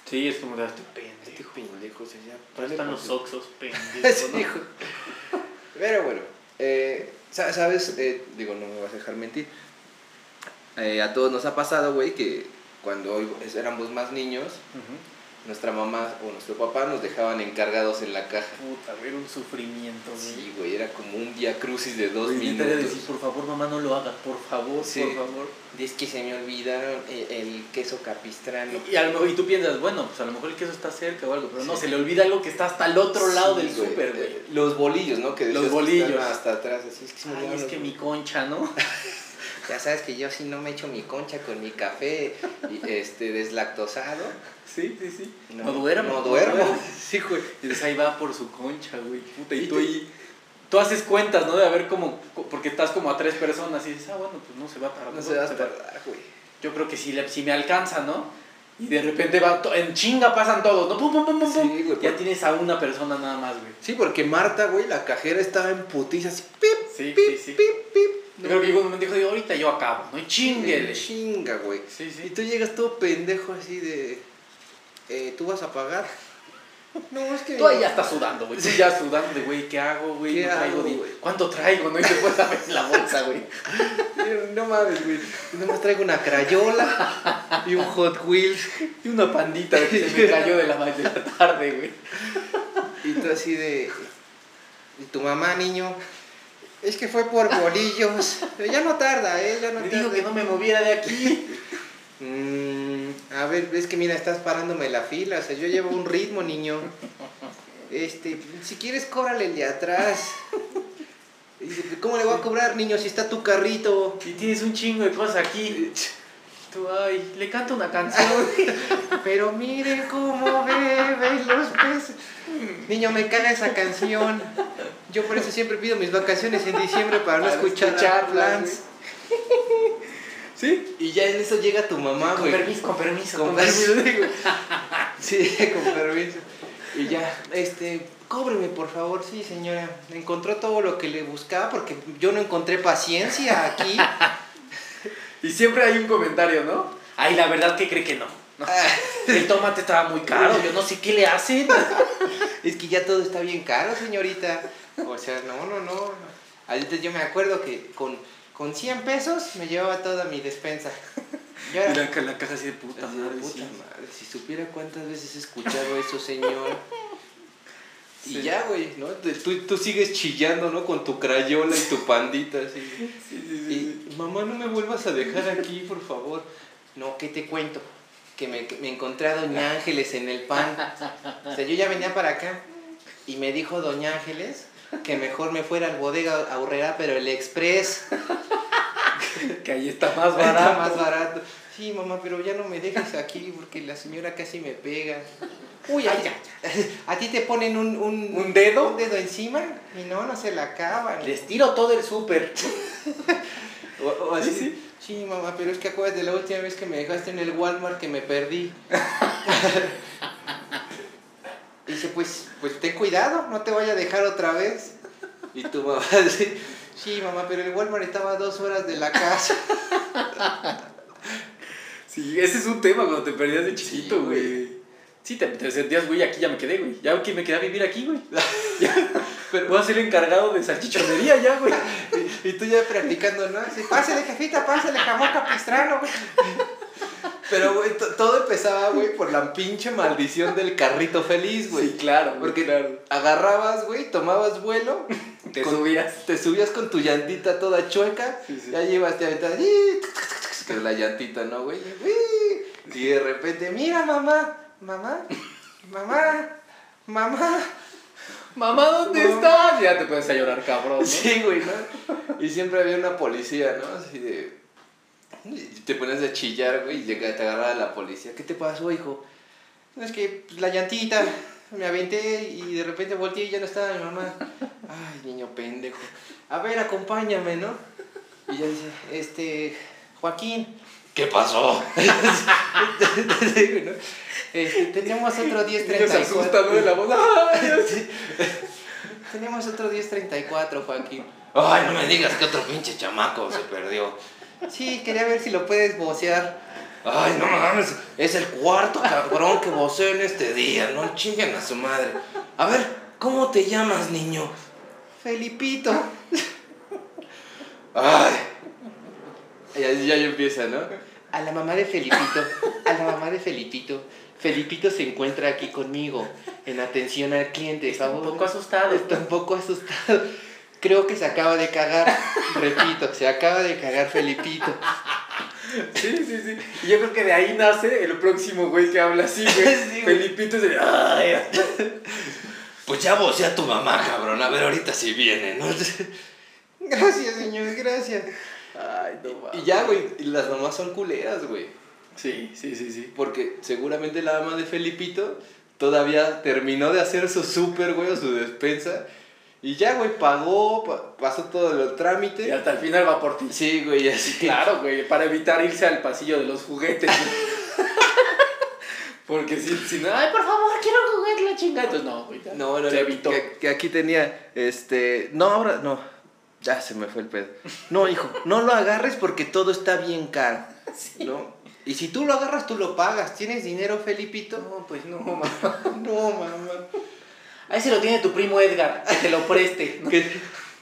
D: Sí, es como de este
C: Este
D: pendejo.
C: pendejo se llama.
D: Ahora están los oxos,
C: Sí,
D: pendejo. ¿no?
C: güey. Pero bueno, eh, sa- sabes, Eh, digo, no me vas a dejar mentir. Eh, a todos nos ha pasado, güey, que cuando éramos más niños,
D: Ujú.
C: nuestra mamá o nuestro papá nos dejaban encargados en la caja.
D: Puta, güey, era un sufrimiento, güey.
C: Sí, güey, era como un via crucis de dos
D: Güey, neta
C: minutos.
D: era decir, por favor, mamá, no lo haga, por favor,
C: Sí.
D: por favor.
C: Es que se me olvidaron el, el queso capistrano.
D: Y, a lo mejor- y tú piensas, bueno, pues a lo mejor el queso está cerca o algo, pero no, se le olvida algo que está hasta el otro lado del
C: Sí, güey.
D: súper, güey.
C: Eh, Los bolillos, ¿no? Que
D: Los
C: decías que
D: bolillos.
C: están hasta atrás, así es que se me
D: Ay,
C: olvidaron
D: es
C: los
D: que mi
C: bolillos.
D: concha, ¿no?
C: Ya sabes que yo si no me echo mi concha con mi café y, este deslactosado,
D: Sí, sí, sí.
C: No,
D: No, duermo.
C: no duermo.
D: Sí, güey. Entonces ahí va por su concha, güey. Puta, y, tú ahí. Tú haces cuentas, ¿no? De haber como. Porque estás como a tres personas y dices, ah, bueno, pues no se va a tardar.
C: no se va a tardar, güey.
D: Yo creo que si, le- si me alcanza, ¿no? Y de repente va. to- En chinga pasan todos, ¿no? Pum, pum, pum, pum,
C: Sí,
D: pum.
C: güey,
D: ya
C: por-
D: tienes a una persona nada más, güey.
C: Sí, porque Marta, güey, la cajera estaba en putiza así, pip,
D: Sí, sí,
C: pip,
D: sí.
C: pip, pip.
D: Yo creo que llegó un momento y dijo, ahorita yo acabo, ¿no? Y chinguele.
C: Chinga, güey.
D: Sí,
C: Y
D: sí.
C: tú llegas todo pendejo así de. eh, ¿Tú vas a pagar? No, es que.
D: Tú ahí ya estás sudando, güey. Tú ya sudando de, güey, ¿qué hago, güey?
C: ¿Qué
D: No traigo
C: hago,
D: di-
C: güey?
D: ¿Cuánto traigo, no? Y te puedes abrir la bolsa, güey.
C: No mames, güey. Nomás traigo una crayola y un Hot Wheels.
D: Y una pandita que se me cayó de la, ma- de la tarde, güey.
C: Y tú así de. Y tu mamá, niño. Es que fue por bolillos. Pero ya no tarda, ¿eh? Ya no
D: Me
C: tarda.
D: dijo que no me moviera de aquí.
C: Mm, a ver, es que mira, estás parándome la fila. O sea, yo llevo un ritmo, niño. Este, si quieres, cóbrale el de atrás. Y dice, ¿Cómo le voy a cobrar, niño, si está tu carrito?
D: Y tienes un chingo de cosas aquí. Tú, ay, le canto una canción.
C: Pero miren cómo beben los peces. Niño, me caga esa canción. Yo por eso siempre pido mis vacaciones en diciembre para no
D: Para
C: escuchar
D: escucharlas,
C: charlans.
D: ¿Sí?
C: Y ya en eso llega tu mamá,
D: Con permiso, con permiso,
C: Con
D: con
C: permiso,
D: permiso.
C: digo. Sí, con permiso. Y ya, este, cóbreme por favor, sí señora. Encontró todo lo que le buscaba porque yo no encontré paciencia aquí.
D: Y siempre hay un comentario, ¿no? Ah. Ay, la verdad que cree que no. No. El tomate estaba muy caro, yo no sé qué le hacen.
C: Es que ya todo está bien caro, señorita. O sea, no, no, no. Ahorita yo me acuerdo que con, con 100 pesos me llevaba toda mi despensa. Yo era-
D: la, caja así de puta
C: Así de, puta madre, si supiera cuántas veces he escuchado eso, señor. Y
D: Sí.
C: ya, güey, ¿no? Te- Tú, tú sigues chillando, ¿no? Con tu crayola y tu pandita, así. Y, mamá, no me vuelvas a dejar aquí, por favor. No, ¿qué te cuento? Que me, que me encontré a Doña Ángeles en el pan. O sea, yo ya venía para acá y me dijo Doña Ángeles que mejor me fuera al bodega aurrera, pero el express.
D: Que ahí está más
C: Está
D: barato.
C: más barato. Sí, mamá, pero ya no me dejes aquí porque la señora casi me pega. Uy, ay, ¿A ti te ponen un, un,
D: ¿Un dedo?
C: un dedo encima? Y no, no se la acaban.
D: Les tiro todo el súper.
C: O, o así.
D: Sí,
C: Sí, mamá, pero es que acuérdate la última vez que me dejaste en el Walmart que me perdí. Y Dice, pues, pues ten cuidado, no te vaya a dejar otra vez. Y tu mamá dice, sí, mamá, pero el Walmart estaba a dos horas de la casa.
D: Sí, ese es un tema cuando te perdías de chiquito,
C: Sí, güey.
D: güey. Sí, te, te sentías, güey, aquí ya me quedé, güey. Ya que me quedé a vivir aquí, güey. Pero voy a ser encargado de salchichonería ya, güey.
C: Y tú ya practicando, ¿no? Así, pásale, jefita, pásale, jamón capistrano, güey. Pero, güey, to- todo empezaba, güey, por la pinche maldición del carrito feliz, güey.
D: Sí, claro, güey,
C: Porque
D: claro.
C: agarrabas, güey, tomabas vuelo,
D: Te
C: Con-
D: subías.
C: te subías con tu llantita toda chueca,
D: Sí, sí.
C: ya llevas, te aventabas, ¡ih! que la llantita, ¿no, güey? ¡ih! Y de repente, mira, mamá, mamá, mamá, mamá.
D: Mamá, ¿dónde
C: Mamá.
D: estás? Ya te pones a llorar, cabrón. ¿no?
C: Sí, güey, ¿no? Y siempre había una policía, ¿no? Así de. y te pones a chillar, güey, y llega- te agarraba la policía. ¿Qué te pasó, hijo? No, es que pues, la llantita, me aventé y de repente volteé y ya no estaba mi mamá. Ay, niño pendejo. A ver, acompáñame, ¿no? Y ya dice, este, Joaquín. ¿Qué pasó? Sí, güey, ¿no? Este, tenemos otro
D: Y te se
C: 1034.
D: asusta, ¿no? De la voz. ¡Ay, Dios!
C: Tenemos otro 1034, Joaquín. Ay, no me digas que otro pinche chamaco se perdió. Sí, quería ver si lo puedes vocear. Ay, no mames, es el cuarto cabrón que voceo en este día, no chinguen a su madre. A ver, ¿cómo te llamas, niño? Felipito. Ay. Ya, ya empieza, ¿no? A la mamá de Felipito, a la mamá de Felipito, Felipito se encuentra aquí conmigo en atención al cliente.
D: Está un
C: favor.
D: poco asustado.
C: Está un poco asustado. Creo que se acaba de cagar. Repito, se acaba de cagar Felipito.
D: Sí, sí, sí. Y yo creo que de ahí nace el próximo güey que habla así, güey.
C: Sí, güey.
D: Felipito es el. "Ay".
A: Pues ya vos, ya tu mamá, cabrón. A ver, ahorita si viene, ¿no?
C: Gracias, señor, gracias.
D: Ay, no mames.
C: Y ya, güey, y las mamás son culeras, güey.
D: Sí, sí, sí, sí.
C: Porque seguramente la ama de Felipito todavía terminó de hacer su súper, güey, o su despensa. Y ya, güey, pagó, pa- pasó todo el
D: Y
C: trámite.
D: hasta el final va por ti.
C: Sí, güey, así.
D: Claro, güey, para evitar irse al pasillo de los juguetes. güey. Porque si, si no, ay, por favor, quiero un juguete, la chingada. Entonces, no, güey. ya.
C: No, no,
D: Se
C: no,
D: evitó.
C: que, que aquí tenía, este, no, ahora, no, ya se me fue el pedo. No, hijo, no lo agarres porque todo está bien caro, ¿no? Y si tú lo agarras, tú lo pagas. ¿Tienes dinero, Felipito?
D: No, pues no, mamá.
C: No, mamá.
D: Ahí se lo tiene tu primo Edgar, que te lo preste. ¿no?
C: Que-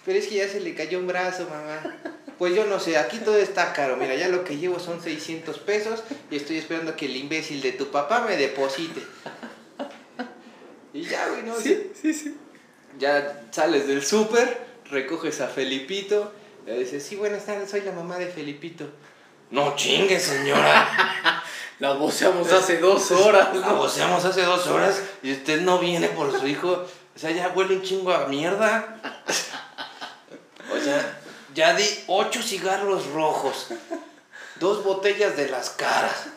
C: Pero es que ya se le cayó un brazo, mamá. Pues yo no sé, aquí todo está caro. Mira, ya lo que llevo son 600 pesos y estoy esperando que el imbécil de tu papá me deposite. Y ya, güey, no sé.
D: Sí, sí, sí.
C: Ya sales del súper, recoges a Felipito, le dices, sí, buenas tardes, soy la mamá de Felipito.
A: No chingue, señora.
D: La
C: Pues
D: voceamos hace dos horas,
A: La
D: ¿no?
A: voceamos hace dos horas y usted no viene por su hijo. O sea, ya huele un chingo a mierda. O sea, ya di ocho cigarros rojos, dos botellas de las caras.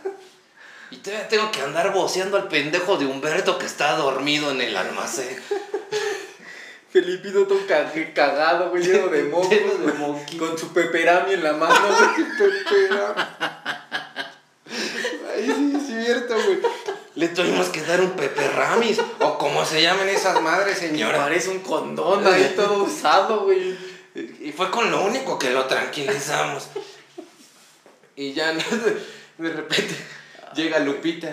A: Y todavía tengo que andar voceando al pendejo de Humberto que está dormido en el almacén.
D: Felipito todo caje- cagado, güey, lleno de mocos,
C: Lleno de
D: güey,
C: moquitos.
D: con su peperami en la mano, güey.
C: Ay, sí, es cierto, güey.
A: Le tuvimos que dar un Pepe Ramis, o como se llamen esas madres, señora.
D: Parece un condón ahí todo usado, güey.
A: Y fue con lo único que lo tranquilizamos.
C: Y ya ¿no? de, de repente llega Lupita.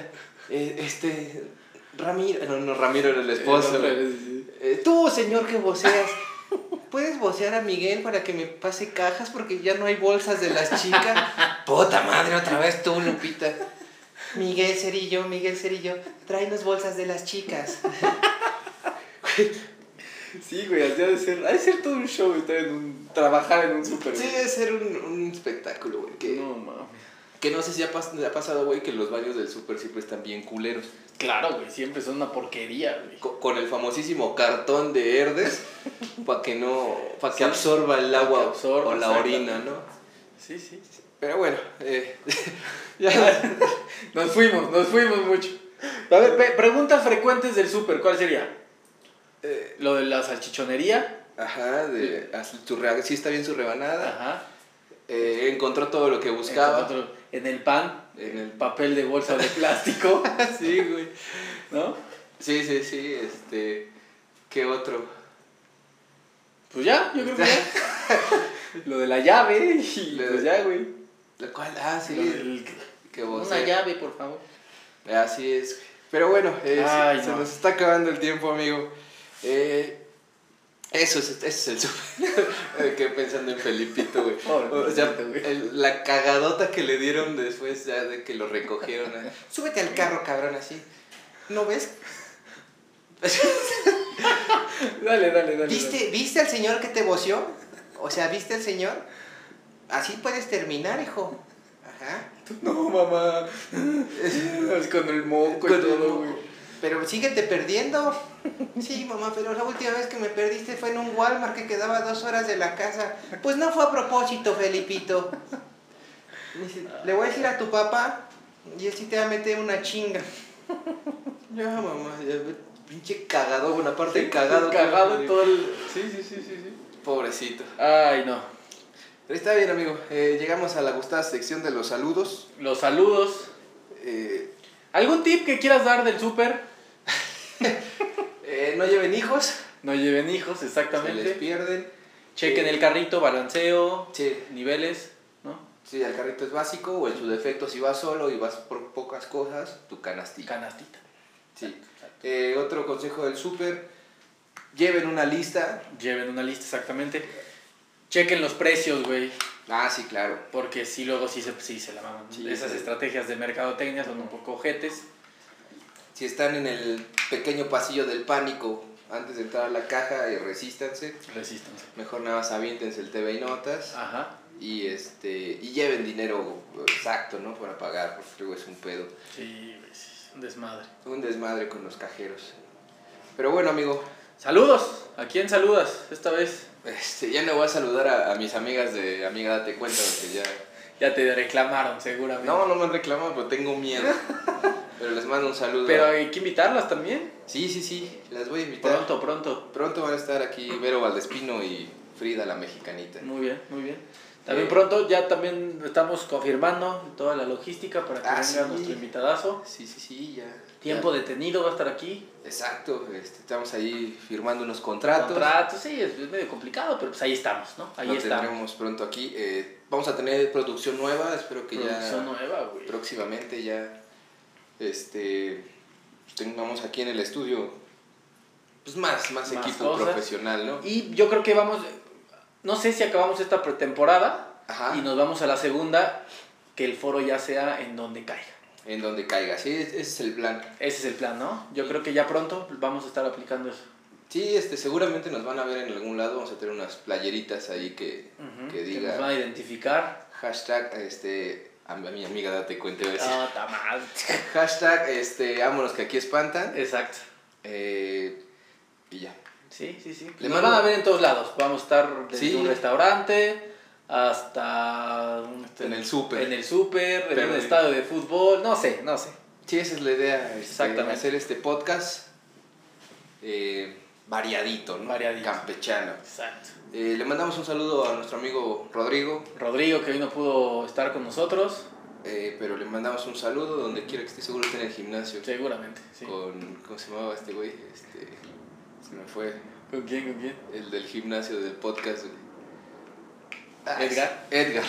C: eh, este. Ramiro. No, no, Ramiro era el esposo.
D: Otra
C: güey.
D: vez, sí.
C: Eh, tú, señor que voceas. ¿Puedes vocear a Miguel para que me pase cajas? Porque ya no hay bolsas de las chicas.
A: Puta madre, otra vez tú, Lupita.
C: Lupita. Miguel Cerillo, Miguel Cerillo, tráenos bolsas de las chicas.
D: Sí, güey, así ha de ser, ha de ser todo un show estar en un, trabajar en un super.
C: Sí, debe ser un, un espectáculo, güey. Que,
D: No mames.
C: que no sé si ha, pas- ha pasado, güey, que los baños del súper siempre están bien culeros.
D: Claro, güey, siempre son una porquería, güey.
C: Co- Con el famosísimo cartón de Herdes para que no. para que absorba el agua
D: absorba,
C: o la
D: exactamente.
C: orina, ¿no?
D: Sí, sí. sí.
C: Pero bueno, eh, ya.
D: Nos fuimos, nos fuimos mucho. A ver, pe- preguntas frecuentes del super, ¿cuál sería?
C: eh,
D: Lo de la salchichonería.
C: ajá, de, haz tu rea- sí está bien su rebanada.
D: Ajá.
C: Eh, encontró todo lo que buscaba.
D: Otro, En el pan,
C: En el
D: papel de bolsa de plástico,
C: Sí, güey.
D: ¿no?
C: Sí, sí, sí, este. ¿Qué otro?
D: Pues ya, yo creo que ya. Lo de la llave y
C: Lo de-
D: pues ya, güey.
C: ¿La cual? Ah, sí.
D: Lo del-
C: Que vos. eh,
D: Una llave, por favor.
C: Así es. Pero bueno, eh, se-
D: Ay,
C: se
D: no.
C: nos está acabando el tiempo, amigo. Eh, eso, es, eso es el super. Me quedé pensando en Felipito, güey.
D: Pobre
C: o sea,
D: Felipito, güey.
C: el- la cagadota que le dieron después ya de que lo recogieron. eh. Súbete al carro, cabrón, así. ¿No ves?
D: Dale, dale, dale.
C: ¿Viste, ¿Viste al señor que te voció? O sea, ¿viste al señor? Así puedes terminar, hijo. Ajá.
D: dale. No, mamá. Es con el moco
C: Con
D: y
C: el
D: todo,
C: moco.
D: güey.
C: Pero síguete perdiendo. Sí, mamá, pero la última vez que me perdiste fue en un Walmart que quedaba a dos horas de la casa. Pues no fue a propósito, Felipito. Me dice, Le voy a decir a tu papá y él sí te va a meter una chinga. Ya, mamá, ya, pinche cagado, una parte cagado.
D: Cagado en todo el. Sí, sí, sí, sí, sí.
C: Pobrecito.
D: Ay, no.
C: Pero está bien, amigo. Eh, llegamos a la gustada sección de los saludos.
D: Los saludos.
C: Eh,
D: ¿Algún tip que quieras dar del súper?
C: eh, no lleven hijos.
D: No lleven hijos,
C: Se les
D: exactamente.
C: pierden.
D: Chequen el carrito, balanceo,
C: Sí,
D: niveles, ¿no?
C: Sí, el carrito es básico o en su defecto si vas solo y vas por pocas cosas, tu canastita.
D: Canastita.
C: Sí. Eh, otro consejo del súper, lleven una lista.
D: Lleven una lista, exactamente. Chequen los precios, güey.
C: Ah, sí, claro.
D: Porque si luego sí se, sí se la maman.
C: Sí,
D: Esas
C: sí.
D: estrategias de mercadotecnia son un poco ojetes.
C: Si están en el pequeño pasillo del pánico antes de entrar a la caja, eh, resístanse.
D: Resistance.
C: Mejor nada más aviéntense el TV y notas.
D: Ajá.
C: Y, este, y lleven dinero exacto, ¿no? Para pagar, porque luego es un pedo.
D: Sí, güey, sí, es un desmadre.
C: Un desmadre con los cajeros. Pero bueno, amigo,
D: Saludos. ¿A quién saludas esta vez?
C: este, ya no voy a saludar a, a mis amigas de Amiga Date Cuenta, porque ya...
D: Ya te reclamaron, seguramente.
C: No, no me han reclamado, pero tengo miedo. Pero les mando un saludo.
D: Pero hay que invitarlas también.
C: Sí, sí, sí, las voy a invitar.
D: Pronto, pronto.
C: Pronto van a estar aquí Vero Valdespino y Frida la mexicanita.
D: Muy bien, muy bien. También
C: Eh,
D: pronto ya también estamos confirmando toda la logística para que
C: Ah,
D: venga
C: sí.
D: nuestro invitadazo.
C: Sí, sí, sí, ya.
D: Tiempo
C: Ya.
D: detenido va a estar aquí.
C: Exacto, este, estamos ahí firmando unos contratos.
D: Contratos, sí, es, es medio complicado, pero pues ahí estamos, ¿no? Ahí
C: Lo
D: estamos.
C: tendremos pronto aquí. Eh, vamos a tener producción nueva, espero que
D: Producción
C: ya
D: nueva, güey.
C: próximamente ya este tengamos aquí en el estudio pues más, más,
D: Más
C: equipo
D: cosas.
C: profesional, ¿no?
D: Y yo creo que vamos, no sé si acabamos esta pretemporada
C: Ajá.
D: y nos vamos a la segunda, que el foro ya sea en donde caiga.
C: En donde caiga, sí, es- ese es el plan.
D: Ese es el plan, ¿no? Yo creo que ya pronto vamos a estar aplicando eso.
C: Sí, este, seguramente nos van a ver en algún lado, vamos a tener unas playeritas ahí que,
D: Ujú,
C: que
D: Que nos van
C: diga
D: a identificar.
C: hashtag, este, a mi a mi amiga date cuenta, iba a decir.
D: Ah, ta madre.
C: hashtag, este, vámonos que aquí espantan,
D: Exacto.
C: eh, y ya.
D: Sí, sí, sí.
C: Le
D: Nos
C: mando-
D: van a ver en todos lados. Vamos a estar desde
C: Sí.
D: un restaurante hasta un-
C: En el súper.
D: En el súper, en
C: Pero-
D: un estadio de fútbol, no sé, no sé.
C: Sí, esa es la idea, este,
D: Exactamente.
C: hacer este podcast eh, variadito, ¿no?
D: Variadito.
C: Campechano.
D: Exacto.
C: Eh, le mandamos un saludo a nuestro amigo Rodrigo,
D: Rodrigo, que hoy no pudo estar con nosotros,
C: eh, pero le mandamos un saludo donde quiera que esté, seguro está en el gimnasio.
D: seguramente. Sí.
C: con ¿cómo se llamaba este güey? Este se me fue
D: ¿Con quién? ¿Con quién?
C: el del gimnasio del podcast. güey. Ah,
D: ¿Edgar?
C: es- Edgar.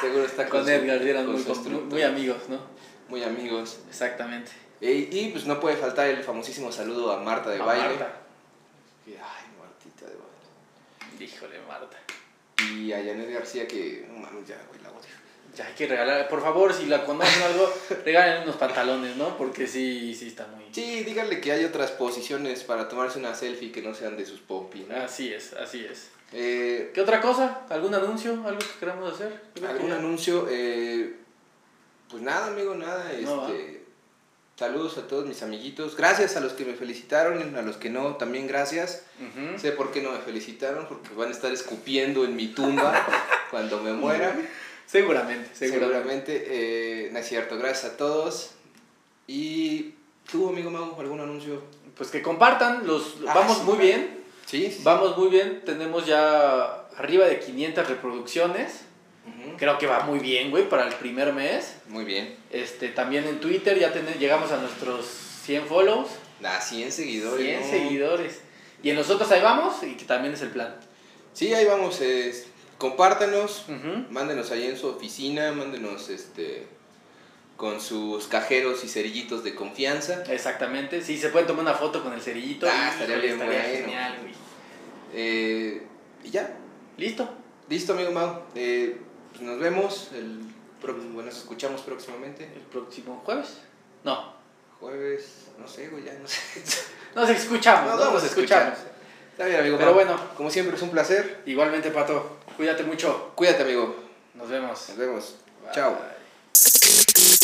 C: Seguro está
D: Con
C: su-
D: Edgar, eran
C: con
D: muy,
C: su
D: com-
C: instructor,
D: muy amigos, ¿no?
C: muy amigos.
D: Exactamente.
C: Eh, y pues no puede faltar el famosísimo saludo a Marta de
D: A
C: baile.
D: Marta.
C: Que, Ay, Martita de baile.
D: Híjole, Marta.
C: Y a Janet García que no mames, ya güey, la odio.
D: Ya hay que regalar, por favor, si la conocen o algo, regalen unos pantalones, ¿no? Porque sí, sí está muy...
C: Sí, díganle que hay otras posiciones para tomarse una selfie que no sean de sus pompis. ¿no?
D: Así es, así es.
C: Eh,
D: ¿Qué otra cosa? ¿Algún anuncio? ¿Algo que queramos hacer? Creo que
C: ¿Algún
D: ya.
C: anuncio? Eh, pues nada, amigo, nada.
D: No,
C: este, saludos a todos mis amiguitos. Gracias a los que me felicitaron, a los que no, también gracias.
D: Ujú.
C: Sé por qué no me felicitaron, porque van a estar escupiendo en mi tumba cuando me muera.
D: Seguramente, seguramente.
C: Seguramente. eh, no es cierto, gracias a todos. Y tú, amigo Mago, algún anuncio.
D: Pues que compartan, los
C: Ah,
D: vamos
C: sí,
D: muy
C: claro.
D: bien,
C: Sí, sí.
D: vamos muy bien, tenemos ya arriba de 500 reproducciones.
C: Ujú.
D: Creo que va muy bien, güey, para el primer mes.
C: Muy bien.
D: Este, también en Twitter ya ten- llegamos a nuestros 100 follows,
C: Nah, 100 seguidores.
D: 100
C: ¿no?
D: seguidores. Y en nosotros ahí vamos y que también es el plan.
C: Sí, ahí vamos. eh, compártanos.
D: Ujú.
C: Mándenos ahí en su oficina, mándenos este con sus cajeros y cerillitos de confianza.
D: Exactamente, sí, se pueden tomar una foto con el cerillito.
C: Ah, estaría
D: Híjole,
C: bien bueno.
D: genial, güey.
C: Eh, y ya,
D: Listo.
C: listo amigo Mau. Eh, pues nos vemos, el pro- bueno, nos escuchamos próximamente.
D: El próximo jueves. No,
C: Jueves, no sé, güey, ya no sé.
D: Nos escuchamos,
C: Nos
D: ¿no?
C: vamos a escuchar. Está bien amigo Mau.
D: Pero bueno.
C: como siempre es un placer.
D: Igualmente, Pato, cuídate mucho.
C: Cuídate amigo,
D: Nos vemos.
C: nos vemos. Chao.
D: Bye.